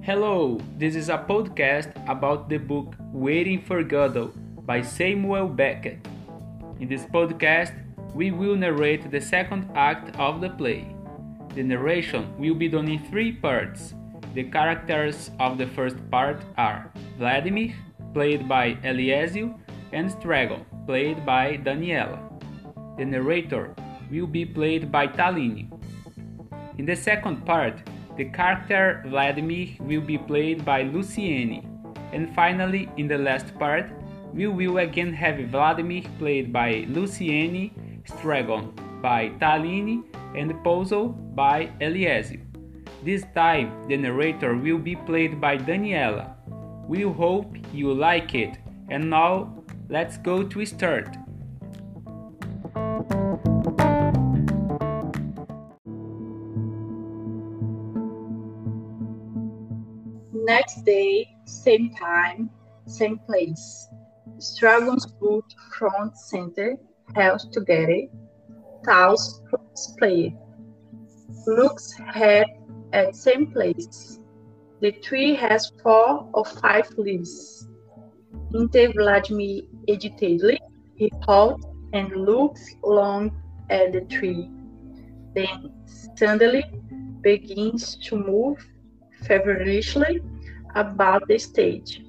Hello, this is a podcast about the book Waiting for Godot by Samuel Beckett. In this podcast, we will narrate the second act of the play. The narration will be done in three parts. The characters of the first part are Vladimir, played by Eliezio, and Stragon, played by Daniela. The narrator will be played by Talini. In the second part, the character Vladimir will be played by Luciene. And finally, in the last part, we will again have Vladimir played by Luciene, Stragon by Talini, and Pozo by Eliezio. This time, the narrator will be played by Daniela. We hope you like it. And now, let's go to start. Next day, same time, same place. Stragon's boot front center held together. Taos display. Looks head at same place. The tree has four or five leaves. Inter Vladimir agitatedly, he halts and looks long at the tree. Then suddenly begins to move feverishly about the stage.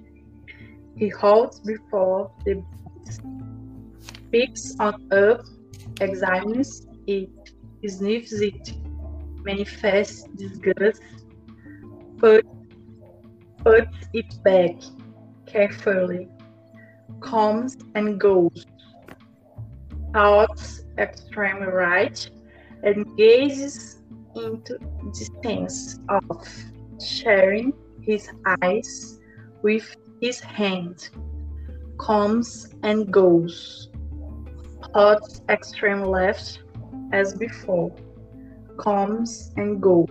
He halts before the booth, picks on up, examines it, sniffs it, manifests disgust, put, puts it back carefully, comes and goes, halts extreme right, and gazes into distance of sharing his eyes with his hand, comes and goes. Holds extreme left as before, comes and goes.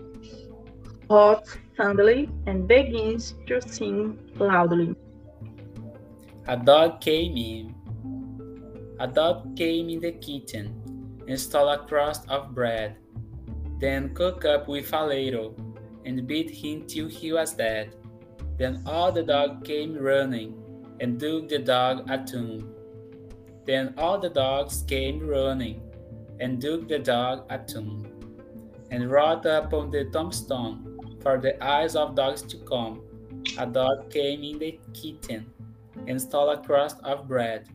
Halts suddenly and begins to sing loudly. A dog came in. A dog came in the kitchen and stole a crust of bread, then cooked up with a ladle and beat him till he was dead. Then all the dogs came running and dug the dog a tomb. Then all the dogs came running and dug the dog a tomb and wrought upon the tombstone for the eyes of dogs to come. A dog came in the kitchen and stole a crust of bread,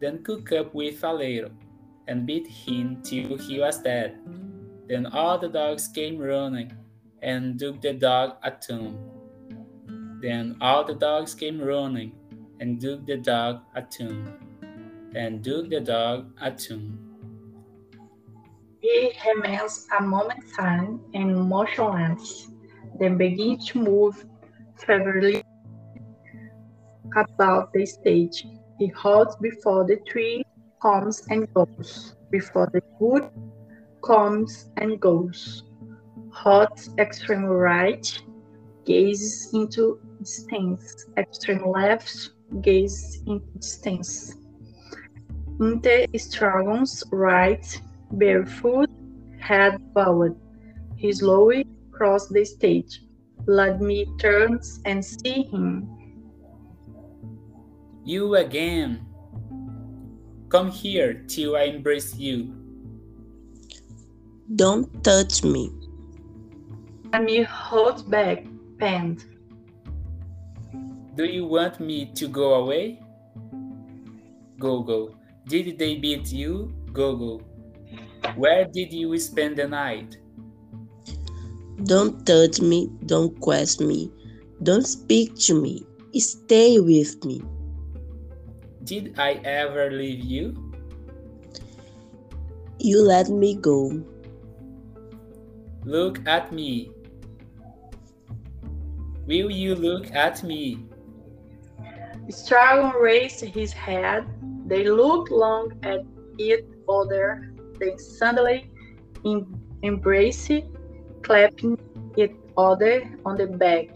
then cooked up with a ladle and beat him till he was dead. Then all the dogs came running and dug the dog a tomb. Then all the dogs came running and dug the dog a tomb and dug the dog a tomb. He remains a moment silent and motionless, then begins to move feverishly about the stage. He halts before the tree, comes and goes, before the wood, comes and goes. Halts extreme right, gazes into distance. Extreme left, gazes into distance. Inter struggles right, barefoot, head bowed. He slowly crosses the stage. Vladimir turns and sees him. You again. Come here till I embrace you. Don't touch me. Vladimir holds back, pant. Do you want me to go away? Go go. Did they beat you? Go go. Where did you spend the night? Don't touch me. Don't question me. Don't speak to me. Stay with me. Did I ever leave you? You let me go. Look at me. Will you look at me? Stragon raised his head. They looked long at each other, then suddenly em- embraced, clapping each other on the back.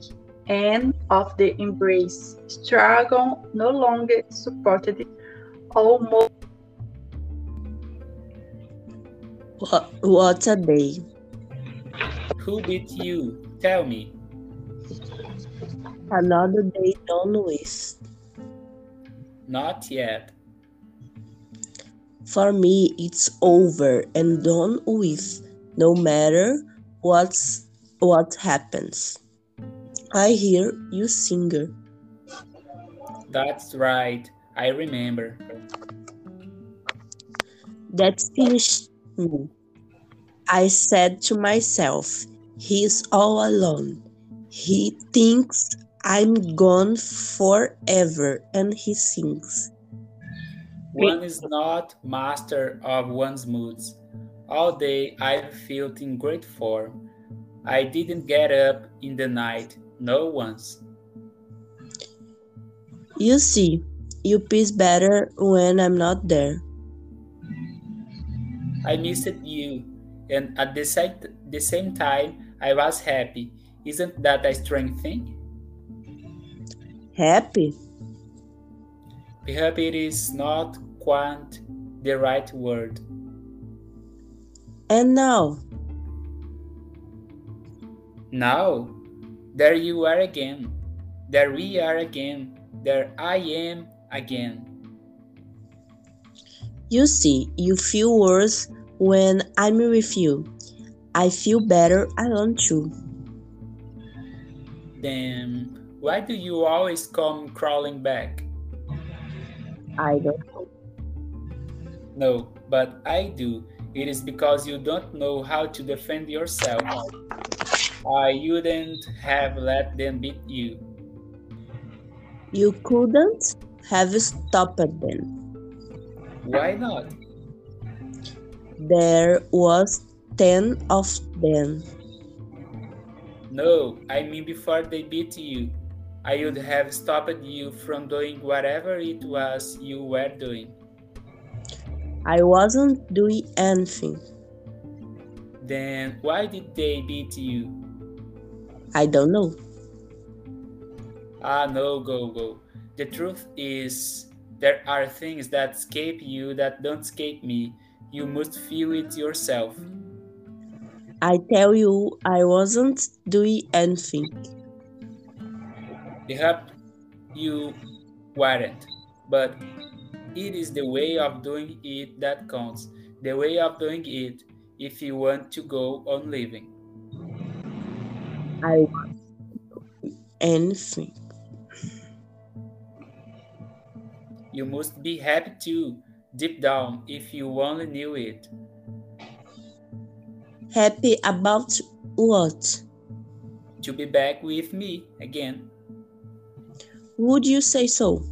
End of the embrace. Stragon no longer supported almost Wha- What a day. Who beat you? Tell me. Another day done with. Not yet. For me, it's over and done with, no matter what's, what happens. I hear you singer. That's right. I remember. That finished me. I said to myself, he's all alone. He thinks I'm gone forever and he sings. One is not master of one's moods. All day I felt in great form. I didn't get up in the night, no once. You see, you piece better when I'm not there. I missed you, and at the, sa- the same time, I was happy. Isn't that a strange thing? Happy? Perhaps it is not quite the right word. And now, Now, there you are again. There we are again. There I am again. you see, you feel worse when I'm with you. I feel better alone too. Then why do you always come crawling back? I don't. No, but I do. It is because you don't know how to defend yourself. I wouldn't have let them beat you. You couldn't have stopped them. Why not? There was ten of them. No, I mean before they beat you. I would have stopped you from doing whatever it was you were doing. I wasn't doing anything. Then why did they beat you? I don't know. Ah, no, go, go. The truth is, there are things that escape you that don't escape me. You must feel it yourself. I tell you, I wasn't doing anything. Perhaps you weren't, but it is the way of doing it that counts. The way of doing it if you want to go on living. I wasn't doing anything. You must be happy too, deep down, if you only knew it. Happy about what? To be back with me again. Would you say so?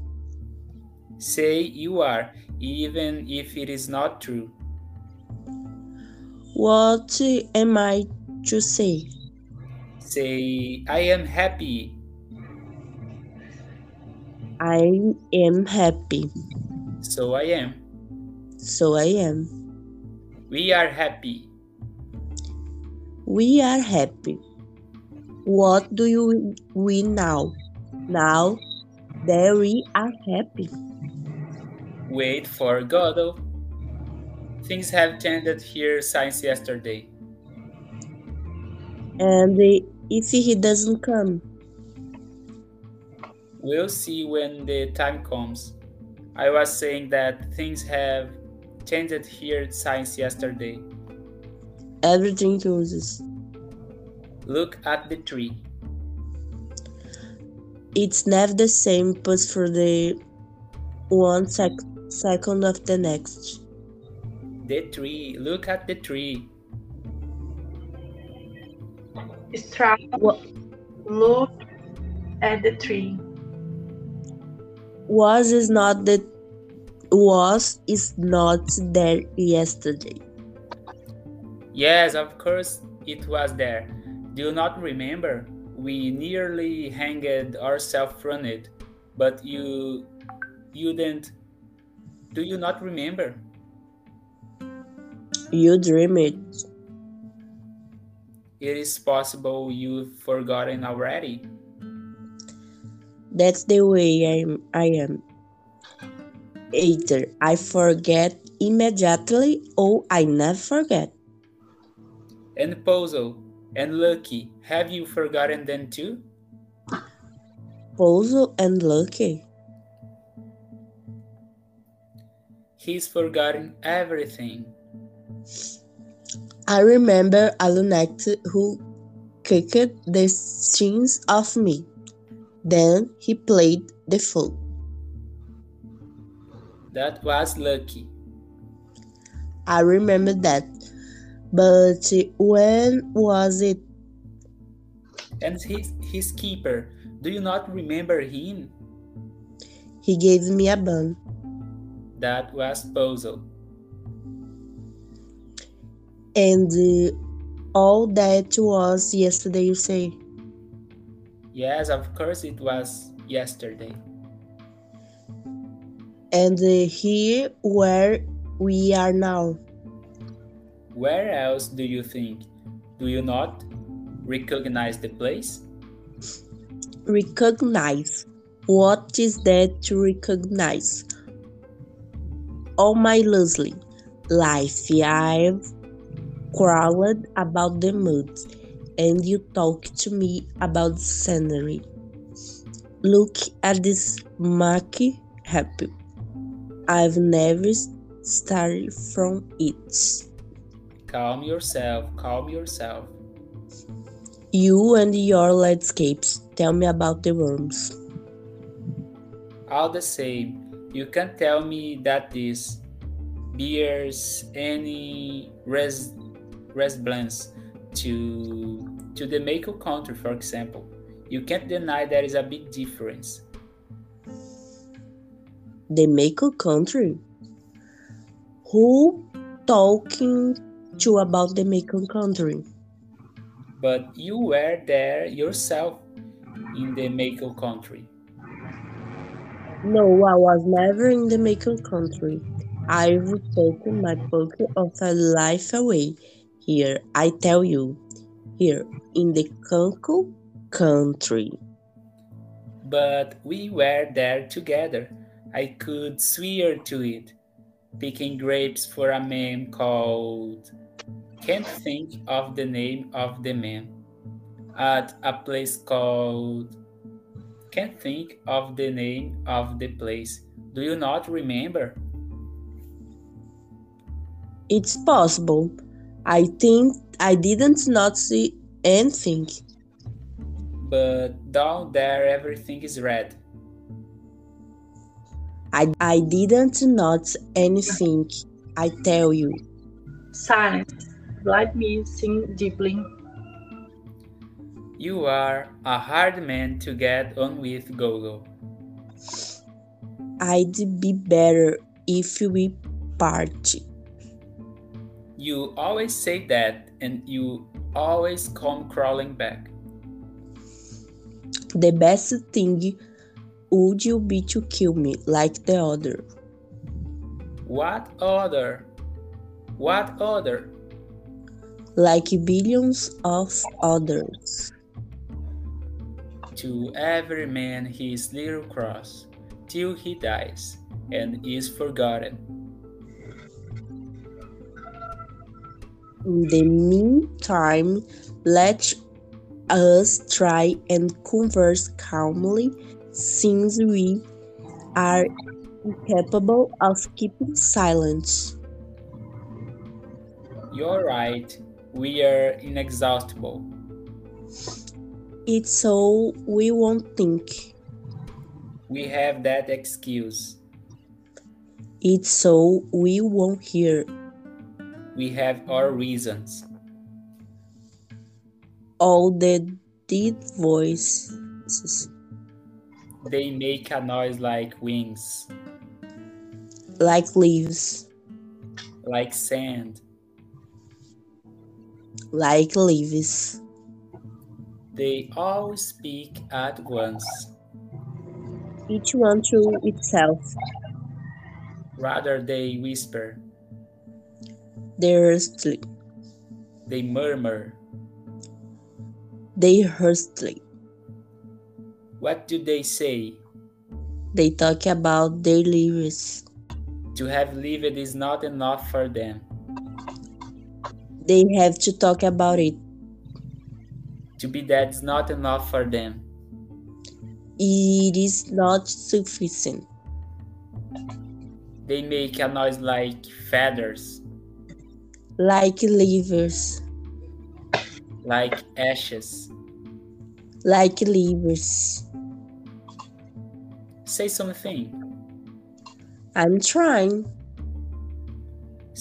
Say you are, even if it is not true. What am I to say? Say, I am happy. I am happy. So I am. So I am. We are happy. We are happy. What do you we now? Now that we are happy. Wait for Godot. Things have changed here since yesterday. And if he doesn't come, We'll see when the time comes. I was saying that things have changed here since yesterday. everything closes. Look at the tree. It's never the same post for the one sec- second of the next. The tree. Look at the tree. Wha- Strauss looked at the tree. Was is not the was is not there yesterday. Yes, of course it was there. Do you not remember? We nearly hanged ourselves from it, but you you didn't. Do you not remember? You dream it. It is possible you've forgotten already. That's the way I am. I am. Either I forget immediately or I never forget. And Pozo and Lucky, have you forgotten them too? puzzled and lucky. He's forgotten everything. I remember a lunatic who kicked the shins off me. Then he played the flute. That was lucky. I remember that. But when was it? And his, his keeper, do you not remember him? He gave me a bun. That was puzzle. And uh, all that was yesterday, you say? Yes, of course it was yesterday. And uh, here where we are now. Where else do you think? Do you not recognize the place? Recognize. What is there to recognize? All my lovely life, I've quarreled about the mood, and you talk to me about scenery. Look at this mucky happy. I've never started from it. Calm yourself, calm yourself. You and your landscapes. Tell me about the worms. All the same, you can tell me that this bears any res- resemblance to to the Mexico country, for example. You can't deny there is a big difference. The Mexico country. Who talking to about the Mexican country? But you were there yourself in the Mexico country. No, I was never in the Mexican country. I've taken my pocket of a life away. Here, I tell you, here in the Cancun country. But we were there together. I could swear to it. Picking grapes for a man called. Can't think of the name of the man. At a place called. Can't think of the name of the place. Do you not remember? It's possible. I think I didn't not see anything. But down there, everything is red. I, I didn't not anything. I tell you. Silence. Let me sing deeply. You are a hard man to get on with, Gogo. I'd be better if we part. You always say that, and you always come crawling back. The best thing would you be to kill me like the other? What other? What other? Like billions of others. To every man his little cross, till he dies and is forgotten. In the meantime, let us try and converse calmly since we are incapable of keeping silence. You're right, we are inexhaustible. It's so we won't think. We have that excuse. It's so we won't hear. We have our reasons. all the deep voices They make a noise like wings, like leaves, like sand. like leaves. They all speak at once, Each one to itself. rather they whisper, They hurtle. they murmur. They hurtle. What do they say? They talk about their lives. To have lived is not enough for them. They have to talk about it. To be dead is not enough for them. it is not sufficient. They make a noise like feathers, Like livers, like ashes. like livers. Say something. I'm trying.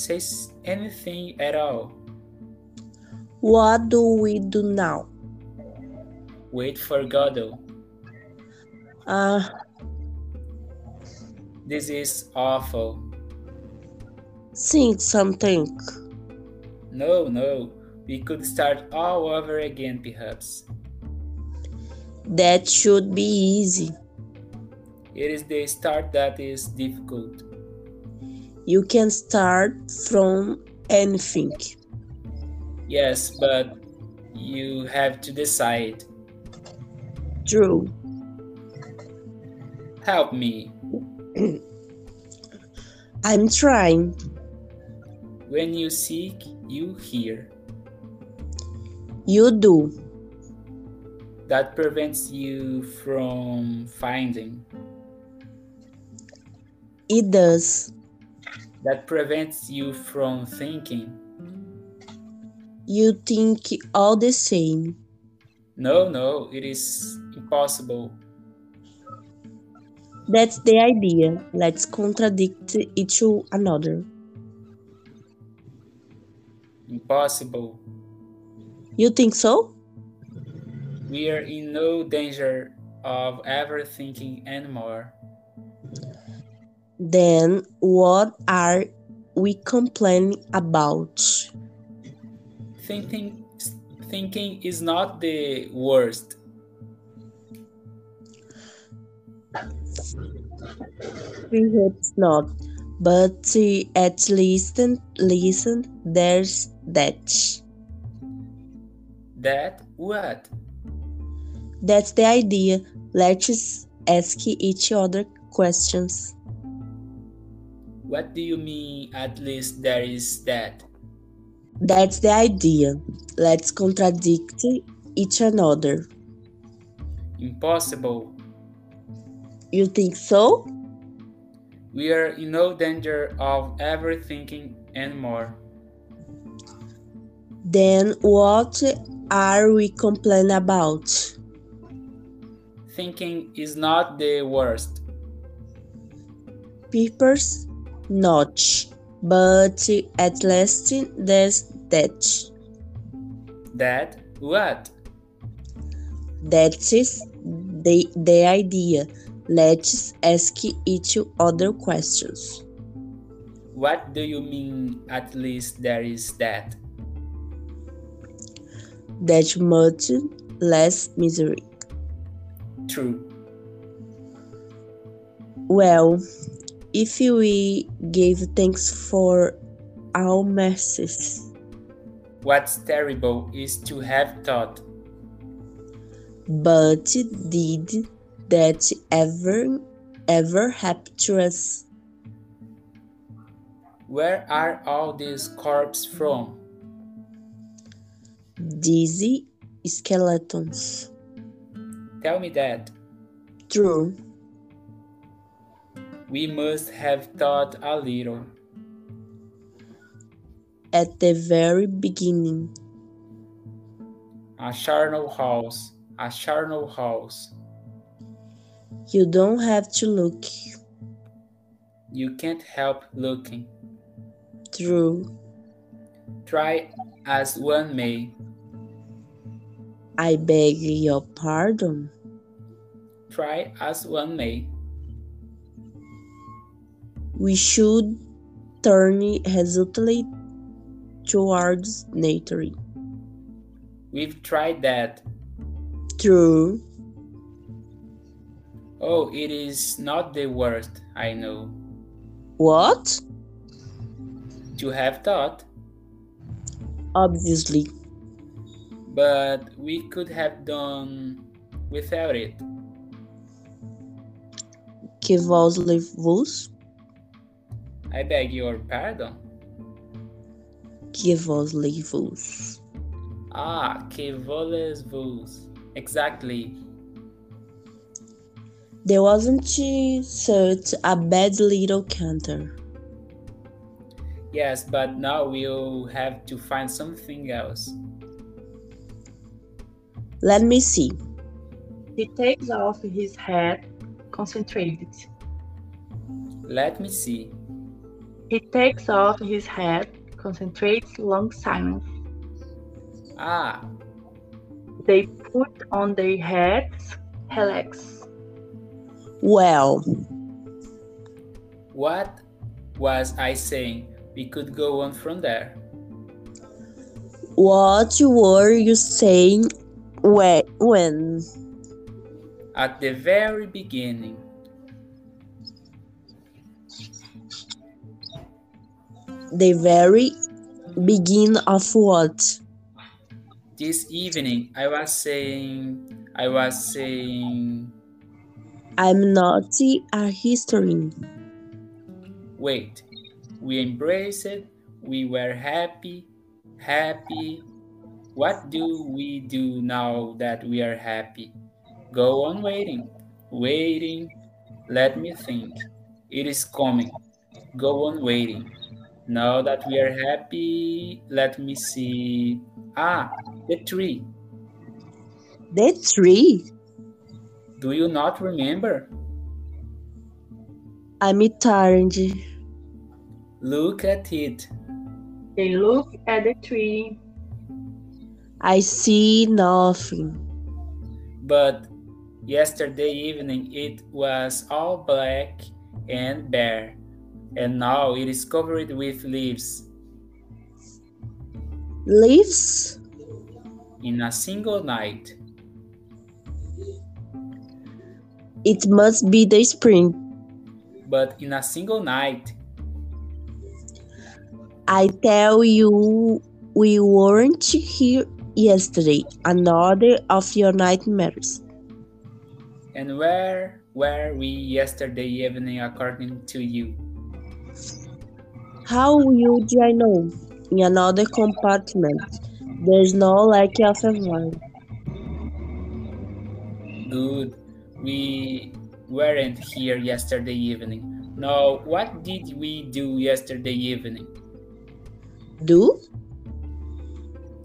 Say s- anything at all. What do we do now? Wait for oh. Godot. Uh, This is awful. think something. No, no. We could start all over again, perhaps. That should be easy. It is the start that is difficult. You can start from anything. Yes, but you have to decide. True. Help me. I'm trying. When you seek, you hear. You do. That prevents you from finding. It does. That prevents you from thinking. You think all the same. No, no, it is impossible. That's the idea. Let's contradict each another. Impossible. You think so? We are in no danger of ever thinking anymore. Then what are we complaining about? Thinking, thinking is not the worst. Perhaps not, but uh, at least listen, there's that. That what? That's the idea. Let's ask each other questions. What do you mean? At least there is that. That's the idea. Let's contradict each another. Impossible. You think so? We are in no danger of ever thinking anymore. Then what are we complaining about? Thinking is not the worst. Papers? Not. But at least there's that. That what? That is the, the idea. Let's ask each other questions. What do you mean? At least there is that. That much less misery. True. Well, if we give thanks for our mercies, What's terrible is to have thought. but did that ever, ever happen to us? Where are all these corpses from? Dizzy skeletons. Tell me that. True. We must have thought a little. At the very beginning, A charnel house. A charnel house. you don't have to look. You can't help looking. True. Try as one may. I beg your pardon. Try as one may. We should turn resolutely towards nature. We've tried that. True. Oh, it is not the worst, I know. What? To have thought, Obviously. but we could have done without it. Que vos levou-vos? I beg your pardon. Que vos levou-vos? Ah, que voles vos. Exactly. There wasn't she such a bad little canter. Yes, but now we'll have to find something else. Let me see. He takes off his hat, concentrated. Let me see. He takes off his hat, concentrates long silence. Ah, They put on their hats, relax. Well, what was I saying? We could go on from there. what were you saying whe- when? At the very beginning, The very begin of what? this evening, I was saying, I was saying, I'm not a historian. wait, we embraced it, we were happy, happy. What do we do now that we are happy? Go on waiting, waiting. Let me think. It is coming. Go on waiting. Now that we are happy, let me see. Ah, the tree. The tree. Do you not remember? I'm tired. Look at it. They look at the tree. I see nothing. but yesterday evening it was all black and bare, and now it is covered with leaves. Leaves? In a single night, It must be the spring. but in a single night, I tell you, we weren't here yesterday. Another of your nightmares. and where were we yesterday evening according to you? How would I know? In another compartment. There's no lack of one. Good, we weren't here yesterday evening. Now, what did we do yesterday evening? Do?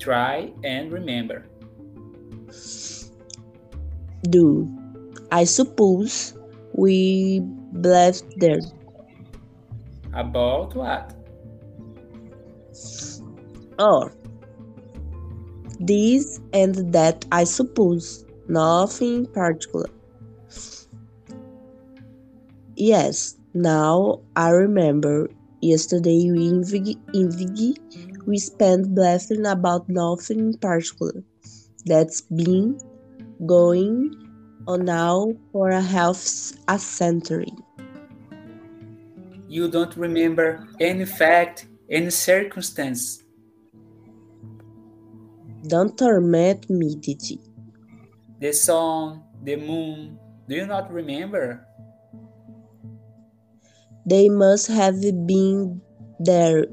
Try and remember. Do. I suppose we left there. About what? or this and that i suppose nothing particular yes now i remember yesterday we in Vig- in Vigi, we spent laughing about nothing in particular that's been going on now for a half s- a century You don't remember any fact, any circumstance. don't torment me Didi. The sun, the moon. Do you not remember? They must have been there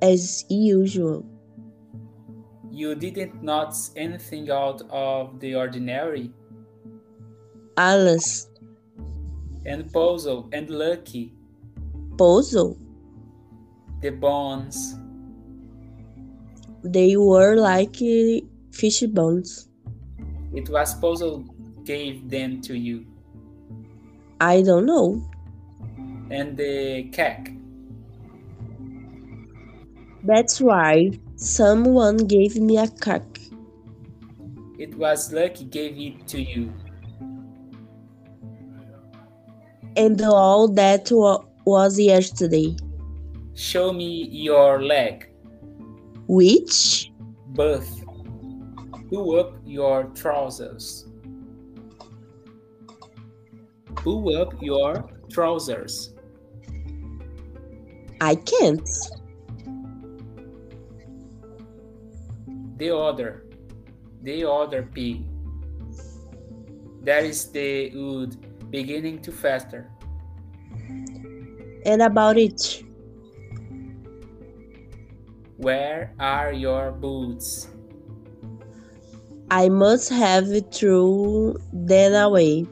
as usual. You didn't notice anything out of the ordinary. Alice, And puzzle and lucky. puzzle. The bones. They were like uh, fish bones. It was puzzle gave them to you. I don't know. And the cake. That's why someone gave me a cake. It was lucky gave it to you. And all that wa- was yesterday. Show me your leg. Which? Buff. Pull up your trousers. Pull up your trousers. I can't. The other. The other pig. That is the wood beginning to fester. And about it. Where are your boots? I must have thrown them away.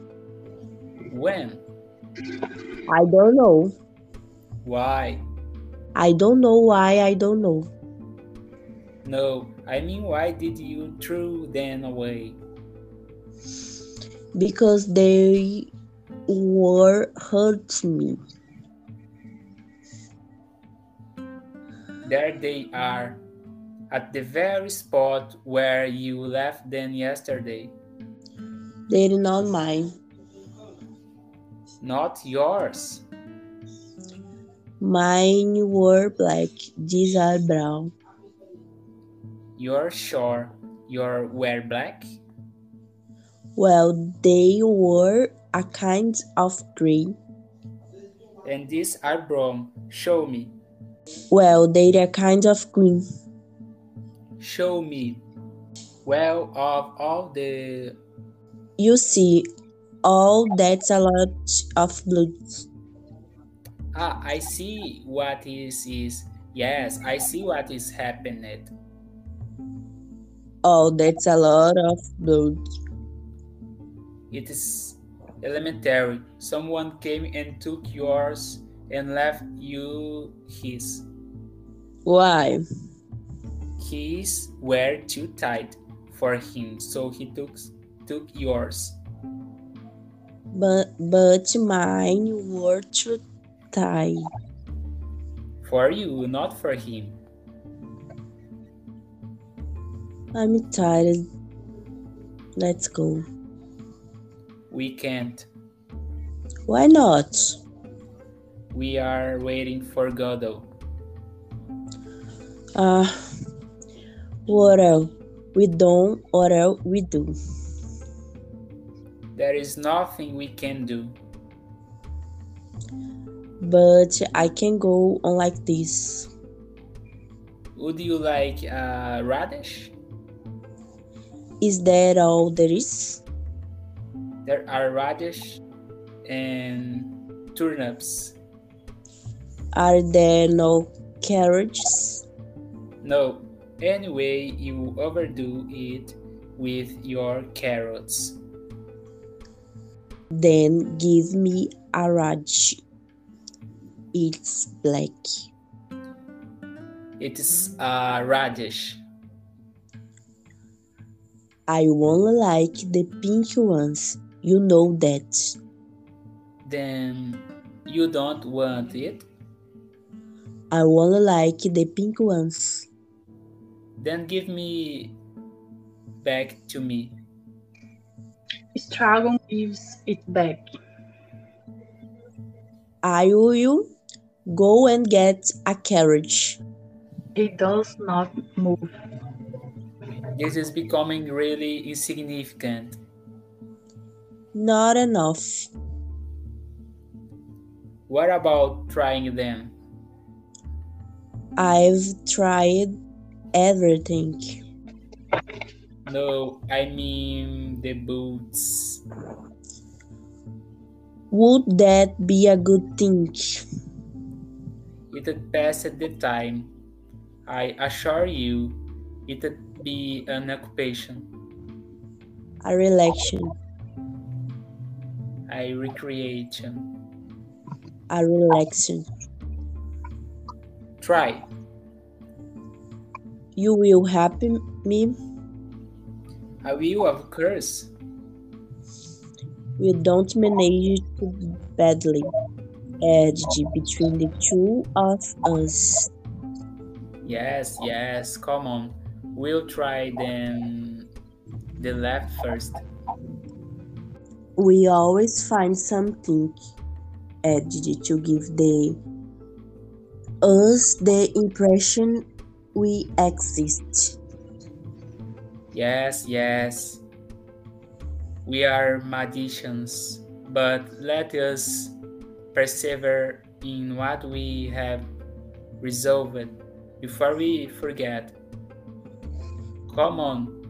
When? I don't know. Why? I don't know why I don't know. No, I mean, why did you throw them away? Because they were hurt me. There they are, at the very spot where you left them yesterday. They're not mine. Not yours. Mine were black. These are brown. You're sure you're wear black? Well, they were a kind of green. And these are brown. Show me. Well, they're a kind of green. Show me. Well, of all the You see, all that's a lot of blood. ah, I see what is is. Yes, I see what is happening. Oh, that's a lot of blood. It is elementary. Someone came and took yours and left you his. Why? His were too tight for him, so he took took yours. But but mine were too tight. For you, not for him. I'm tired. Let's go. We can't. Why not? We are waiting for Godot. Uh, what else? We don't. What else we do? There is nothing we can do. But I can go on like this. Would you like uh, radish? Is that all there is? There are radish and turnips. Are there no carriages? No, anyway, you overdo it with your carrots. Then give me a raj. It's black. It is a radish. I won't like the pink ones. You know that. Then you don't want it? I won't like the pink ones. Then give me back to me. Stragon gives it back. I will go and get a carriage. He does not move. This is becoming really insignificant. Not enough. What about trying them? I've tried everything. No, I mean the boots. Would that be a good thing? It had passed the time. I assure you, it would be an occupation. A relaxation. I recreation. A relaxation. Try. You will help me. I will, of course. We don't manage to badly. Edge between the two of us. Yes, yes. Come on. We'll try them. The left first. We always find something, Edge, to give the us the impression we exist. Yes, yes. We are magicians, but let us persevere in what we have resolved before we forget. Come on,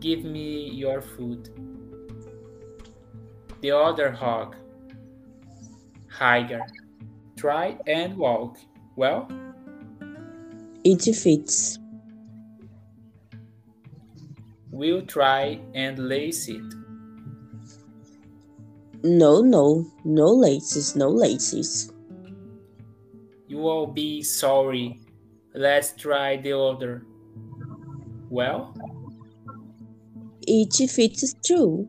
give me your food. The other hog. Higher. Try and walk. Well, It fits. we'll try and lace it. No, no, no laces, no laces. You will be sorry. Let's try the other. Well, It fits true.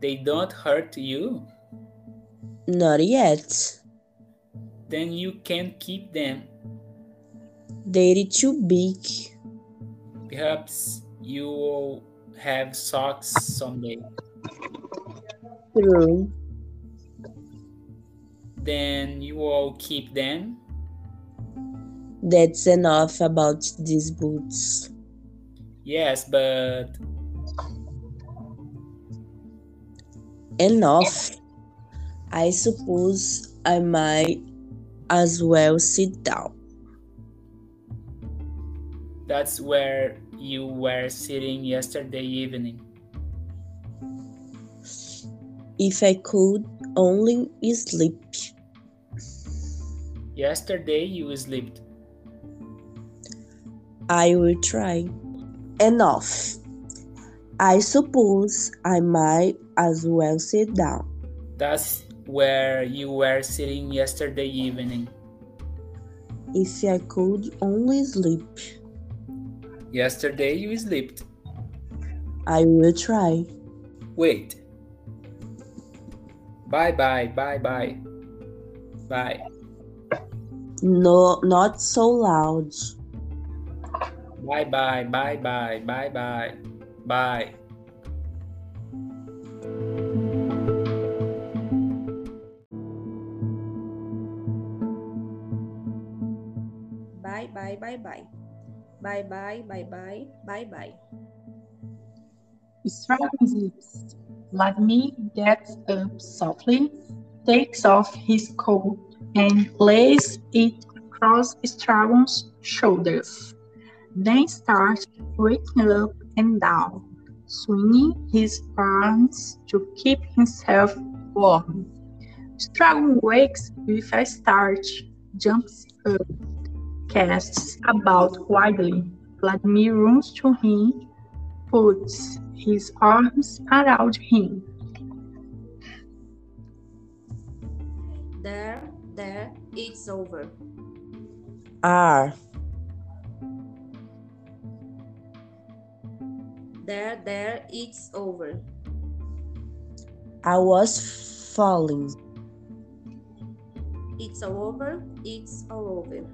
they don't hurt you. Not yet. Then you can keep them. They're too big. Perhaps you will have socks someday. True. Then you will keep them. That's enough about these boots. Yes, but Enough. I suppose I might as well sit down. that's where you were sitting yesterday evening. If I could only sleep. Yesterday you slept. I will try. Enough. I suppose I might as well sit down. That's where you were sitting yesterday evening. If I could only sleep, Yesterday you slept. I will try. Wait. Bye bye, bye bye. Bye. No, not so loud. Bye bye, bye bye, bye bye. Bye. Bye bye bye bye. Bye bye bye bye bye bye. Strands lips. Vladimir gets up softly, takes off his coat, and lays it across Stragon's shoulders. Then starts waking up and down, swinging his arms to keep himself warm. Stragon wakes with a start, jumps up, casts about wildly. Vladimir runs to him puts his arms around him. There, there, it's over. Ah, There, there, it's over. I was falling. It's all over. It's all over.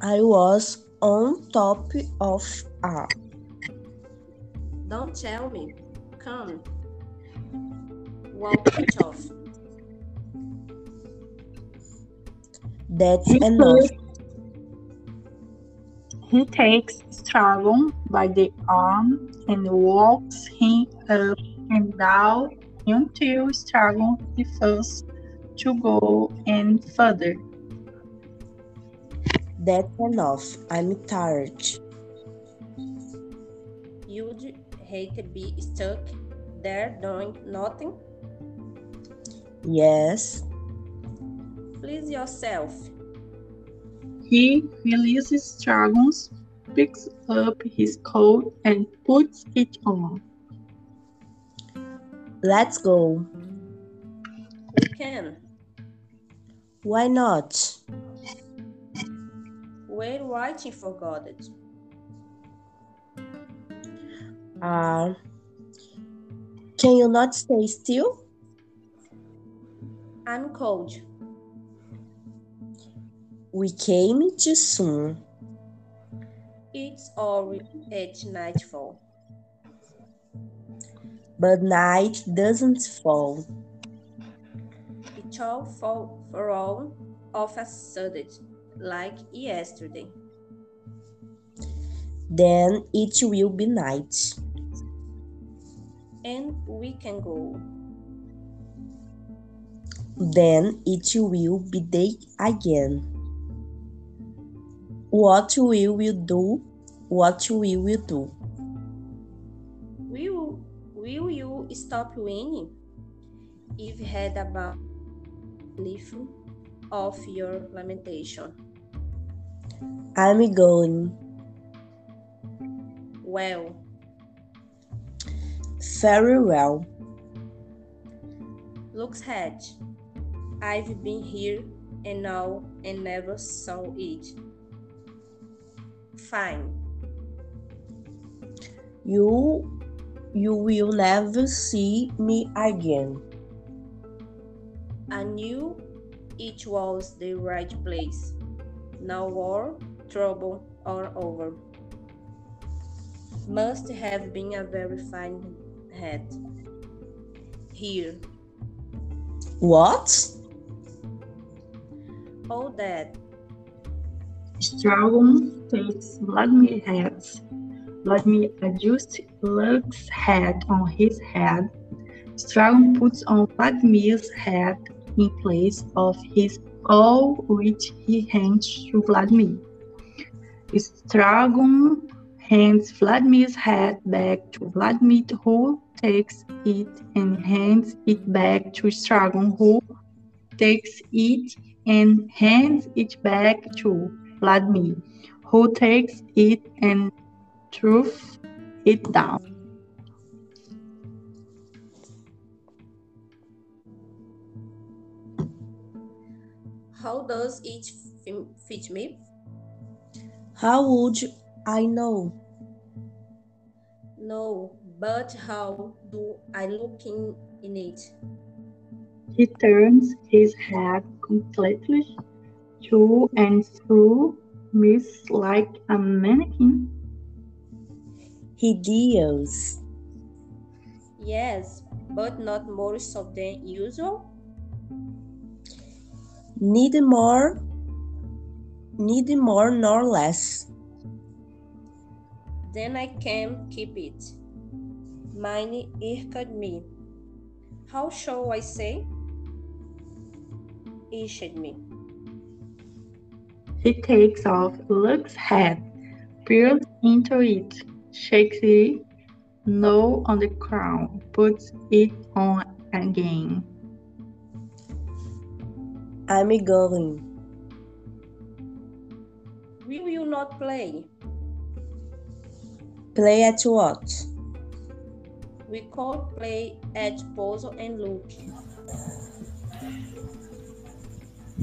I was on top of ah. Don't tell me. Come. Walk it off. That's enough. He takes Stragon by the arm and walks him up and down until Stragon refuses to go any further. That's enough. I'm tired. You'd hate to be stuck there doing nothing. Yes, Please yourself. He releases Stragon's, picks up his coat and puts it on. let's go. We can. Why not? We're waiting for God. Ah. Can you not stay still? I'm cold. We came too soon. It's all at nightfall. But night doesn't fall. It all fall for all of a sudden, like yesterday. Then it will be night. And we can go. Then it will be day again. What we will do, what we will do. Will, will you stop winning? If had about leaf of your lamentation. I'm going. Well, Farewell. Look's head. I've been here and now and never saw it. Fine. You you will never see me again. I knew it was the right place. Now war, trouble are over. Must have been a very fine head. Here, What? all that Straubum takes Vladimir heads. Vladimir adjusts Lug's head on his head. Straubum puts on Vladimir's head in place of his all which he hands to Vladimir. Straubum hands Vladimir's head back to Vladimir who takes it and hands it back to Straubum who takes it and hands it back to Vladimir, who takes it and throws it down. How does it fi- fit me? How would I know? No, but how do I look in, in it? He turns his head completely to and through, miss like a mannequin. Hideous. Yes, but not more so than usual. Neither more neither more nor less. Then I can keep it. Mine irked me. How shall I say? Issued me. He takes off Luke's head, peers into it, shakes it, no on the crown, puts it on again. I'm going. We will not play. Play at what? We call play at puzzle and look.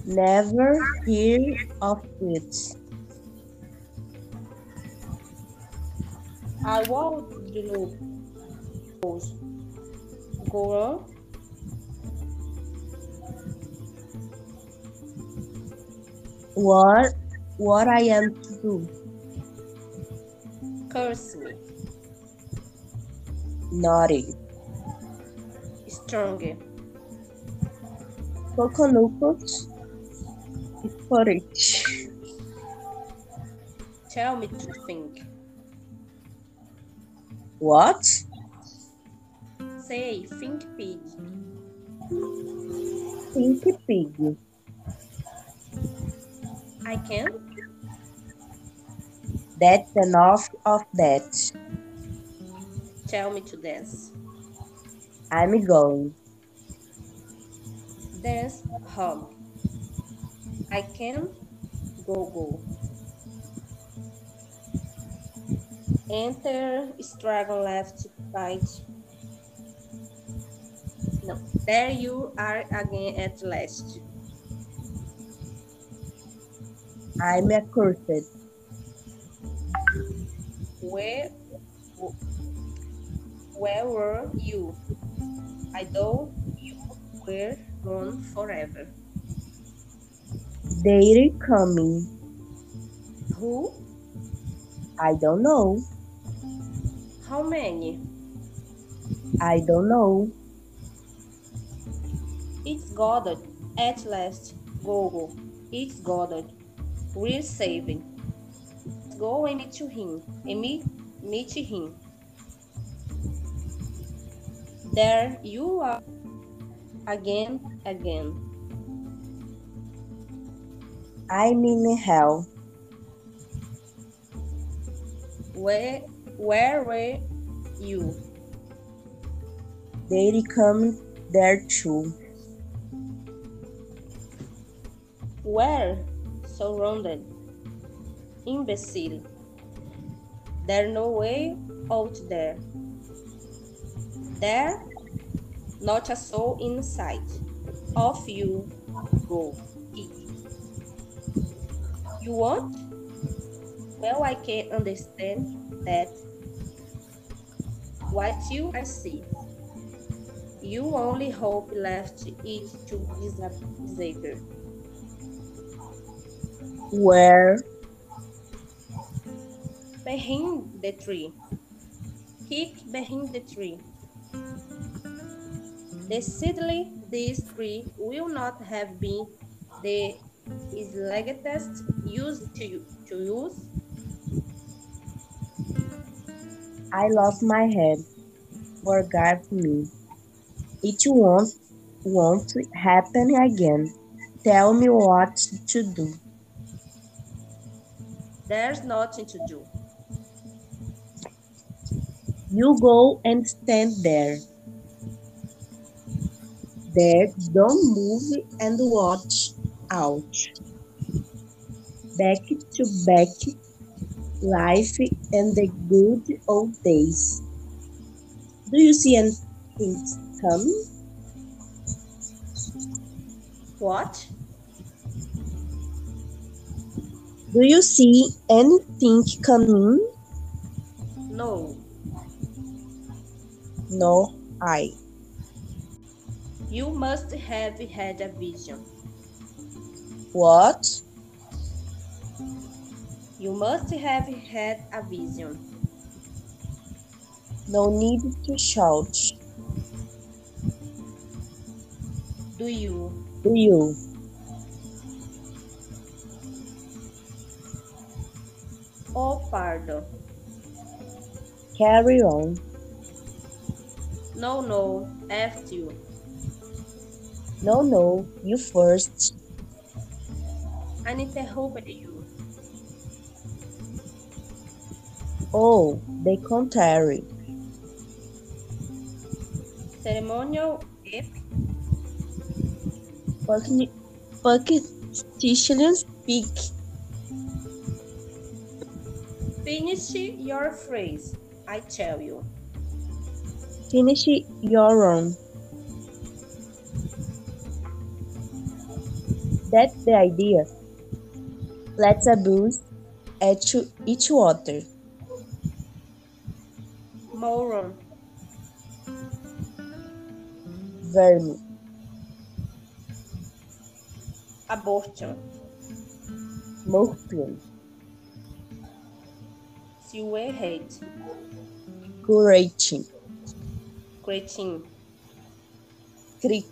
Never hear of it. I want the look. Pose. Go on. What what I am to do? Curse me. Naughty. Stronger. Coconut. Porridge. Tell me to think. What? Say, think pig. Pink pig. I can. That's enough of that. Tell me to dance. I'm going. Dance hub. I can. Go go. Enter struggle left right. No, there you are again at last. I'm accursed. Where, where were you? I know you were gone forever. They're coming. Who? I don't know. How many? I don't know. It's Goddard. At last, Gogo. It's Goddard. We're saving. Go and meet to him. And meet, meet to him. There you are. Again, again. I'm in hell. Where, where were you? They're coming there too. Where? Surrounded. Imbecile. There no way out there. There not a soul in sight. Off you go, kid. You want? Well, I can understand that. What you I see. You only hope left it to disappear. Where? Behind the tree. Keep behind the tree. Decidedly, this tree will not have been the slightest use to, to use. I lost my head. Forgive me. It won't won't happen again. Tell me what to do. There's nothing to do. You go and stand there. There, don't move and watch out. Back to back, life and the good old days. Do you see anything coming? What? Do you see anything coming? No, No, I. you must have had a vision. What? You must have had a vision. No need to shout. Do you? Do you? Oh, pardon. Carry on. No, no, after you. No, no, you first. I need to help you. Oh, the contrary. Ceremonial if Fucking Pakistani speak. finish your phrase. I tell you. Finish your own. That's the idea. Let's abuse at each other. Moron. Verme. Abortion. Morpion. Silverhead. Curating. Cretin. Critic.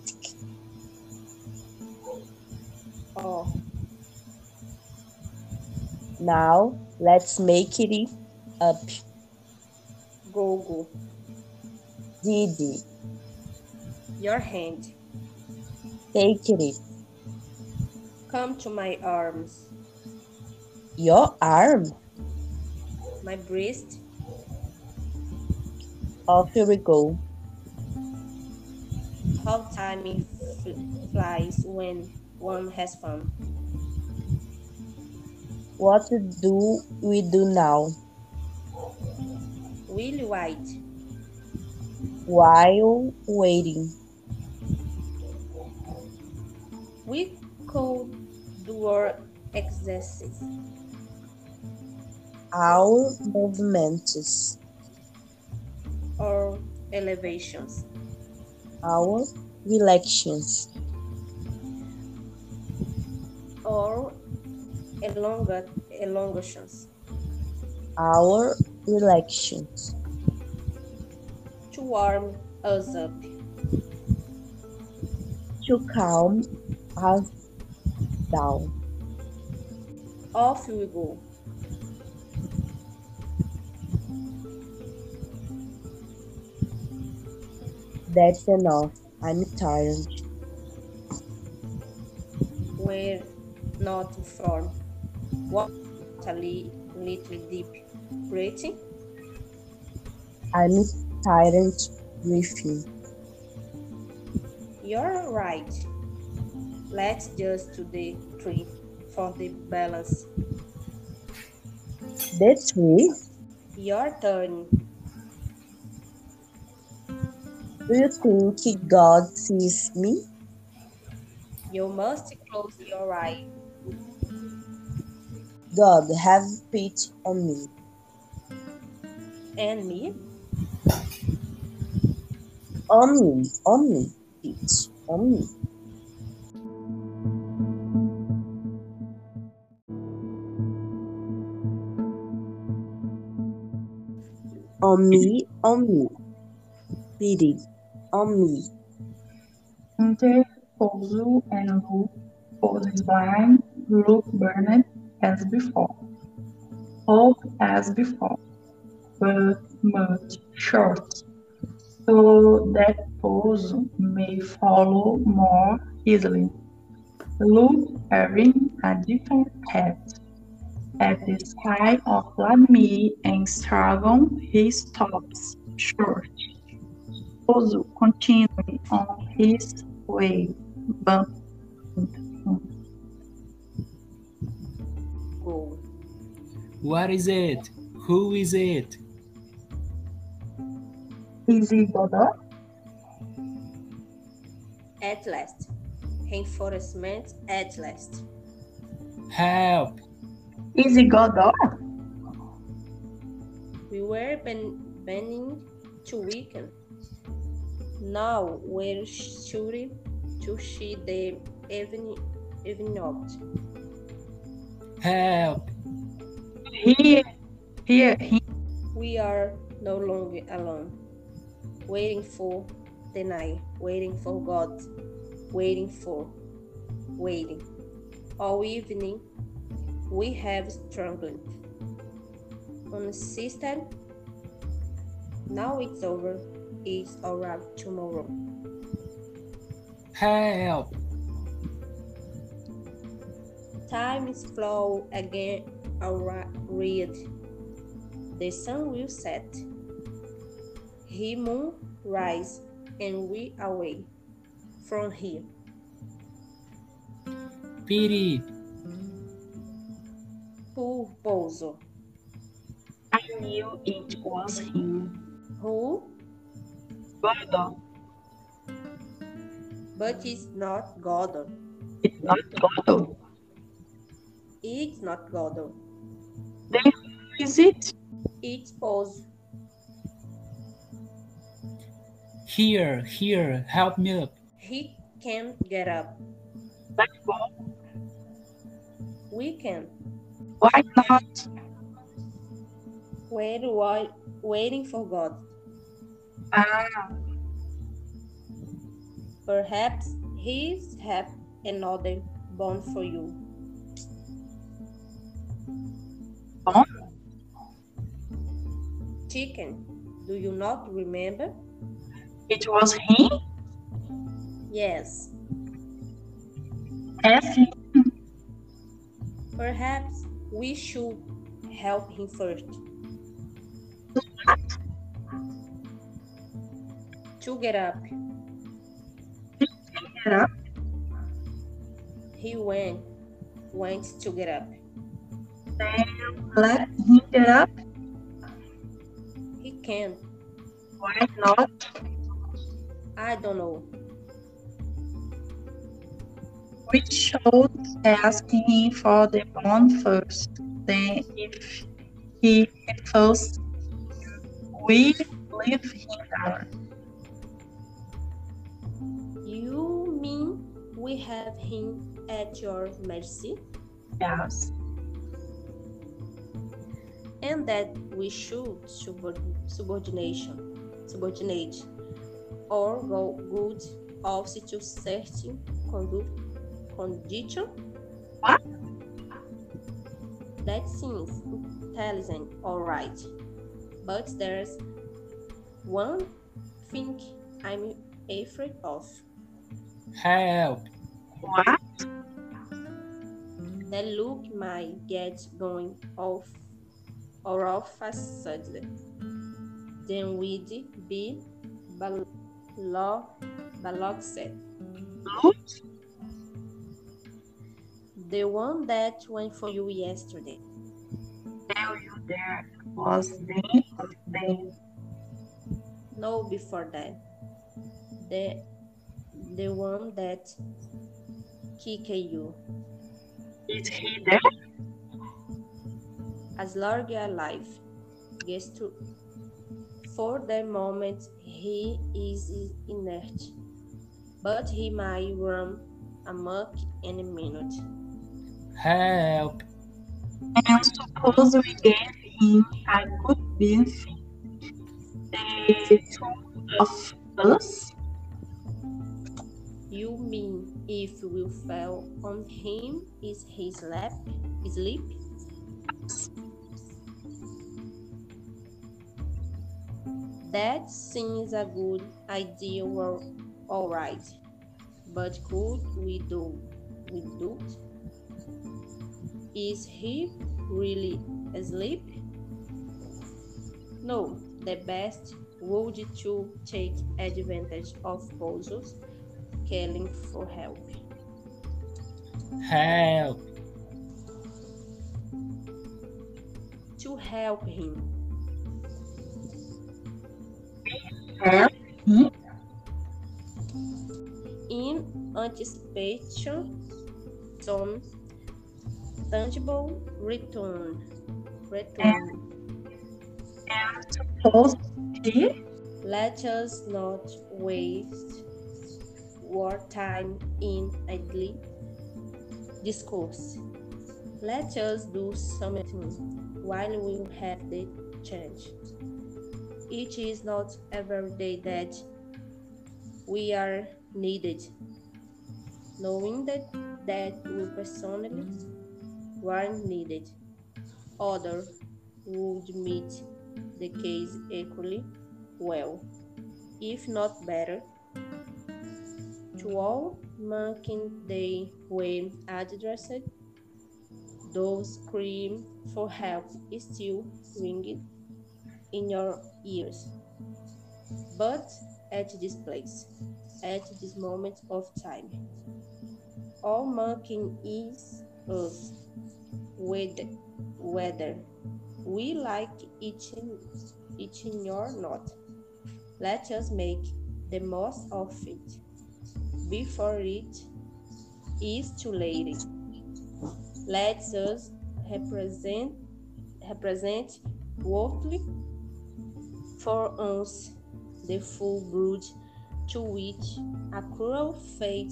Oh. Now let's make it up. Gogo. Didi. Your hand. Take it. Come to my arms. Your arm. My breast. Off Oh, we go. How time it fl- flies when one has fun. What do we do now? Will white. While waiting. We could do our exercise. our movements, or elevations. our elections, or elonga- elongations our elections to warm us up, to calm us down. off we go. That's enough. I'm tired. We're not from what a li- little deep breathing. I'm tired breathing. You're right. Let's just to the tree for the balance. That's me. Your turn. Do you think God sees me? You must close your eyes. God, have pity on me. And me? On me, on me, pity on me. On me, on me, pity on me. Hunter, Pozo, and Luke for the blind, Luke Burnett as before. Hope as before, but much short, so that Pozo may follow more easily. Luke having a different head. At the side of Vladimir and Stragon, he stops short. Pozo continuing on his way, but Go. What is it? Who is it? is he Godot? At last. Reinforcement at last. Help! Is he Godot? We were ben- bending to weaken. Now we're sure to see the even even out. Help! Here, here, he We are no longer alone, waiting for the night, waiting for God, waiting for, waiting. All evening, we have struggled. On the system, now it's over, it's alright tomorrow. Help! Time is flow again, alright, read. The sun will set. He moon rise, and we away from here. Pity! Poor Bozo. I knew it was him. Who? Godot, But it's not Gordon. it's not Godot. It's not Gordon. Then who is it? It's Bozo. Here, here, help me up. He can't get up. Let go. We can. Why not? We're wa- waiting for God. Ah, Perhaps he's have another bond for you. Bone? Chicken, do you not remember? it was him? Yes, Yes, him. perhaps we should help him first. To get up, Get up. he went, went to get up. Then let him get up. He can't, Why not? I don't know. We should ask him for the bond first. Then, if he refuses, we leave him alone. You mean we have him at your mercy? Yes. and that we should subord- subordination, subordinate or go good of to certain condu- condition. What? That seems intelligent, all right. But there's one thing I'm afraid of. Help! What? That look might get going off or off as suddenly. Then we'd be bal- lo- balanced. Look, The one that went for you yesterday. tell you there was the, the No, before that. the the one that kicked you. Is he there? as large alive gets to for the moment he is inert but he might run amok any minute Help! And suppose we gave him a good beef. The two of us. you mean if we fell on him is his lap sleep that seems a good idea well, all right but could we do we do it? Is he really asleep? No, the best would to take advantage of Bozo's calling for help. Help! To help him, Help. in anticipation, some tangible return. Return. And suppose he. Let us not waste war time in idle discourse. Let us do something while we have the chance. It is not every day that we are needed. Knowing that, that we personally were needed, others would meet the case equally well, if not better to all making their way addressed. Those scream for help is still ringing in your ears. But at this place, at this moment of time, all marking is us, whether, whether we like it, it or not. Let us make the most of it before it is too late. Let us represent represent worthily for us the full brood to which a cruel fate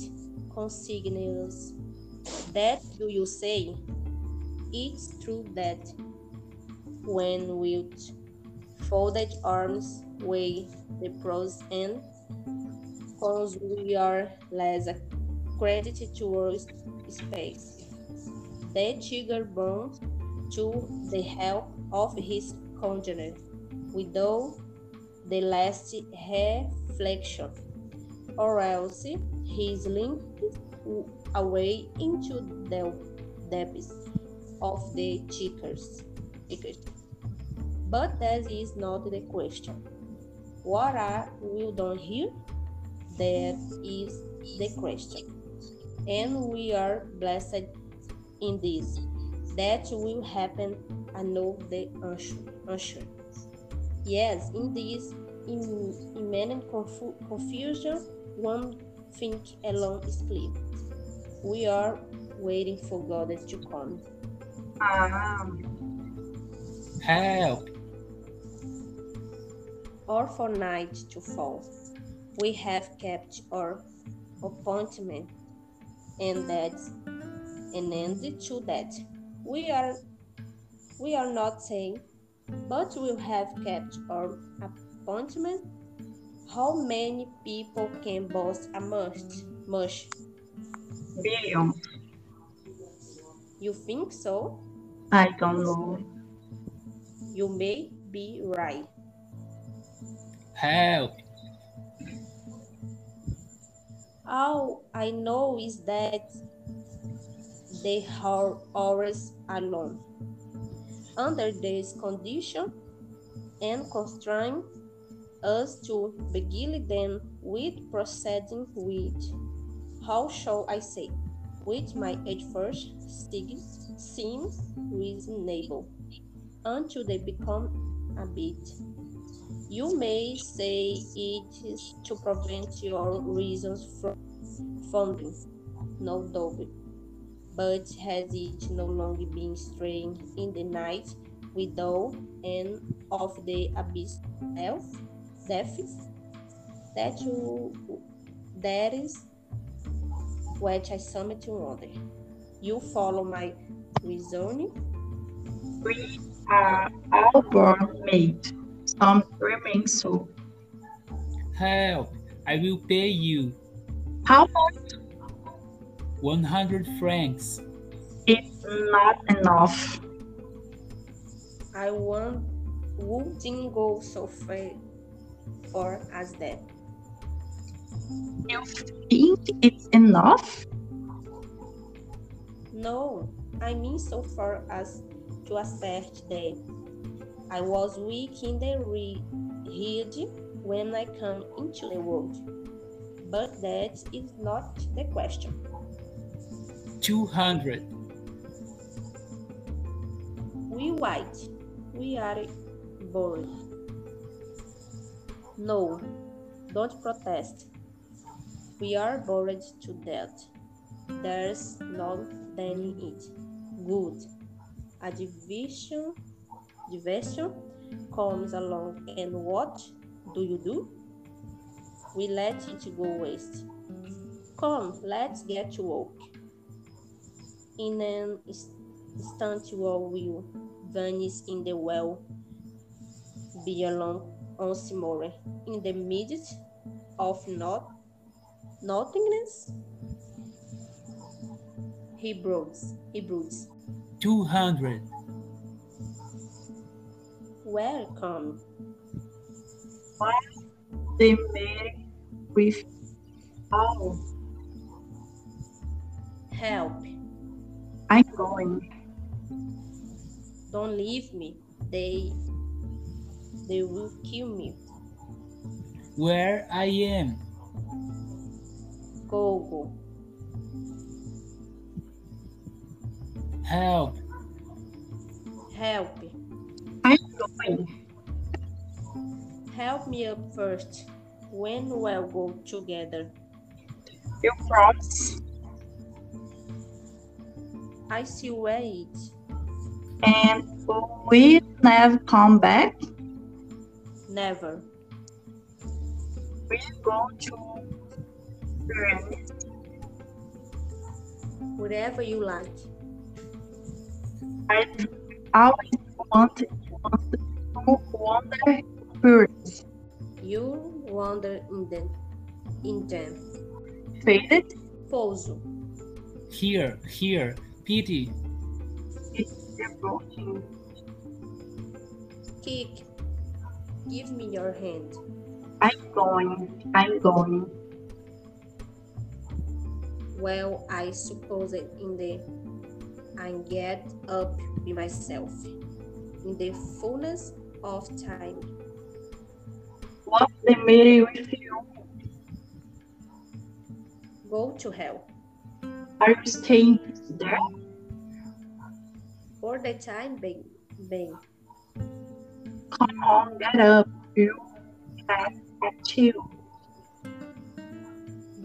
consigns. That do you say? It's true that when with folded arms weigh the pros and cons we are less accredited towards space. The tiger bound to the help of his congener without the last reflection, or else he is linked away into the depths of the tickers. But that is not the question. What are we done here? That is the question. And we are blessed in this. That will happen, I know the answer. answer. Yes, in this im- imminent confu- confusion, one thing alone is clear. We are waiting for God to come. Ah. Help! or for night to fall. We have kept our appointment, and that's an end to that. We are we are not saying, but we have kept our appointment. How many people can boast a mush? mush? Billion. You think so? I don't know. You may be right. Help! All I know is that they are always alone. Under this condition and constrain us to begin them with proceeding with, how shall I say, which my at first stig- seems reasonable, until they become a bit You may say it is to prevent your reasons from funding, no doubt, but has it no longer been straying in the night widow and of the abyss elf, death, that you, that is which I summit to wonder. You follow my reasoning, We are all born made, some remain so. Help! I will pay you How much 100 francs. is not enough? I want wouldn't go so far for as that. You think it's enough? No, I mean so far as to accept that I was weak in the re- head when I come into the world, but that is not the question. 200. We white, we are born. No, don't protest. We are bored to death. There's no denying it. Good. A division, division comes along, and what do you do? We let it go waste. Come, let's get to work. In an inst- instant, your will vanish in the well beyond once more, in the midst of not nothingness. He broods, he broods. 200. Welcome. They marry with all. Help. I'm going. Don't leave me. They they will kill me. Where I am. Go go. Help! Help. I'm going. Help me up first. When we'll go together. You promise, I see where it. and we never come back. Never. We go to Paris. Whatever you like. I always wanted wanted to wander Paris. You wander in the in them. Faded. Pouso. Here, here, pity. It's approaching. Kick. Give me your hand. I'm going. I'm going. Well, I suppose it in the I get up by myself in the fullness of time. What's the matter with you? Go to hell. Are you staying there? For the time being, being. Come on, get up. You have at you.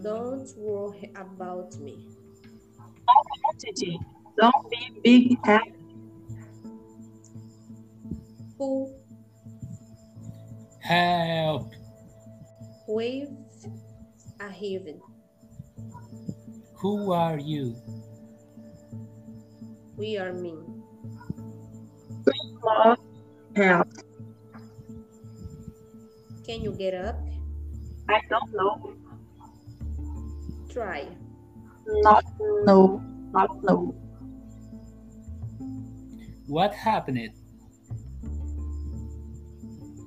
don't worry about me. Quantity. Don't be big head. Pull, Help! wave, a heaven. Who are you? We are mean. Love. Help. Can you get up? I don't know. Try. Not no. Not no. What happened?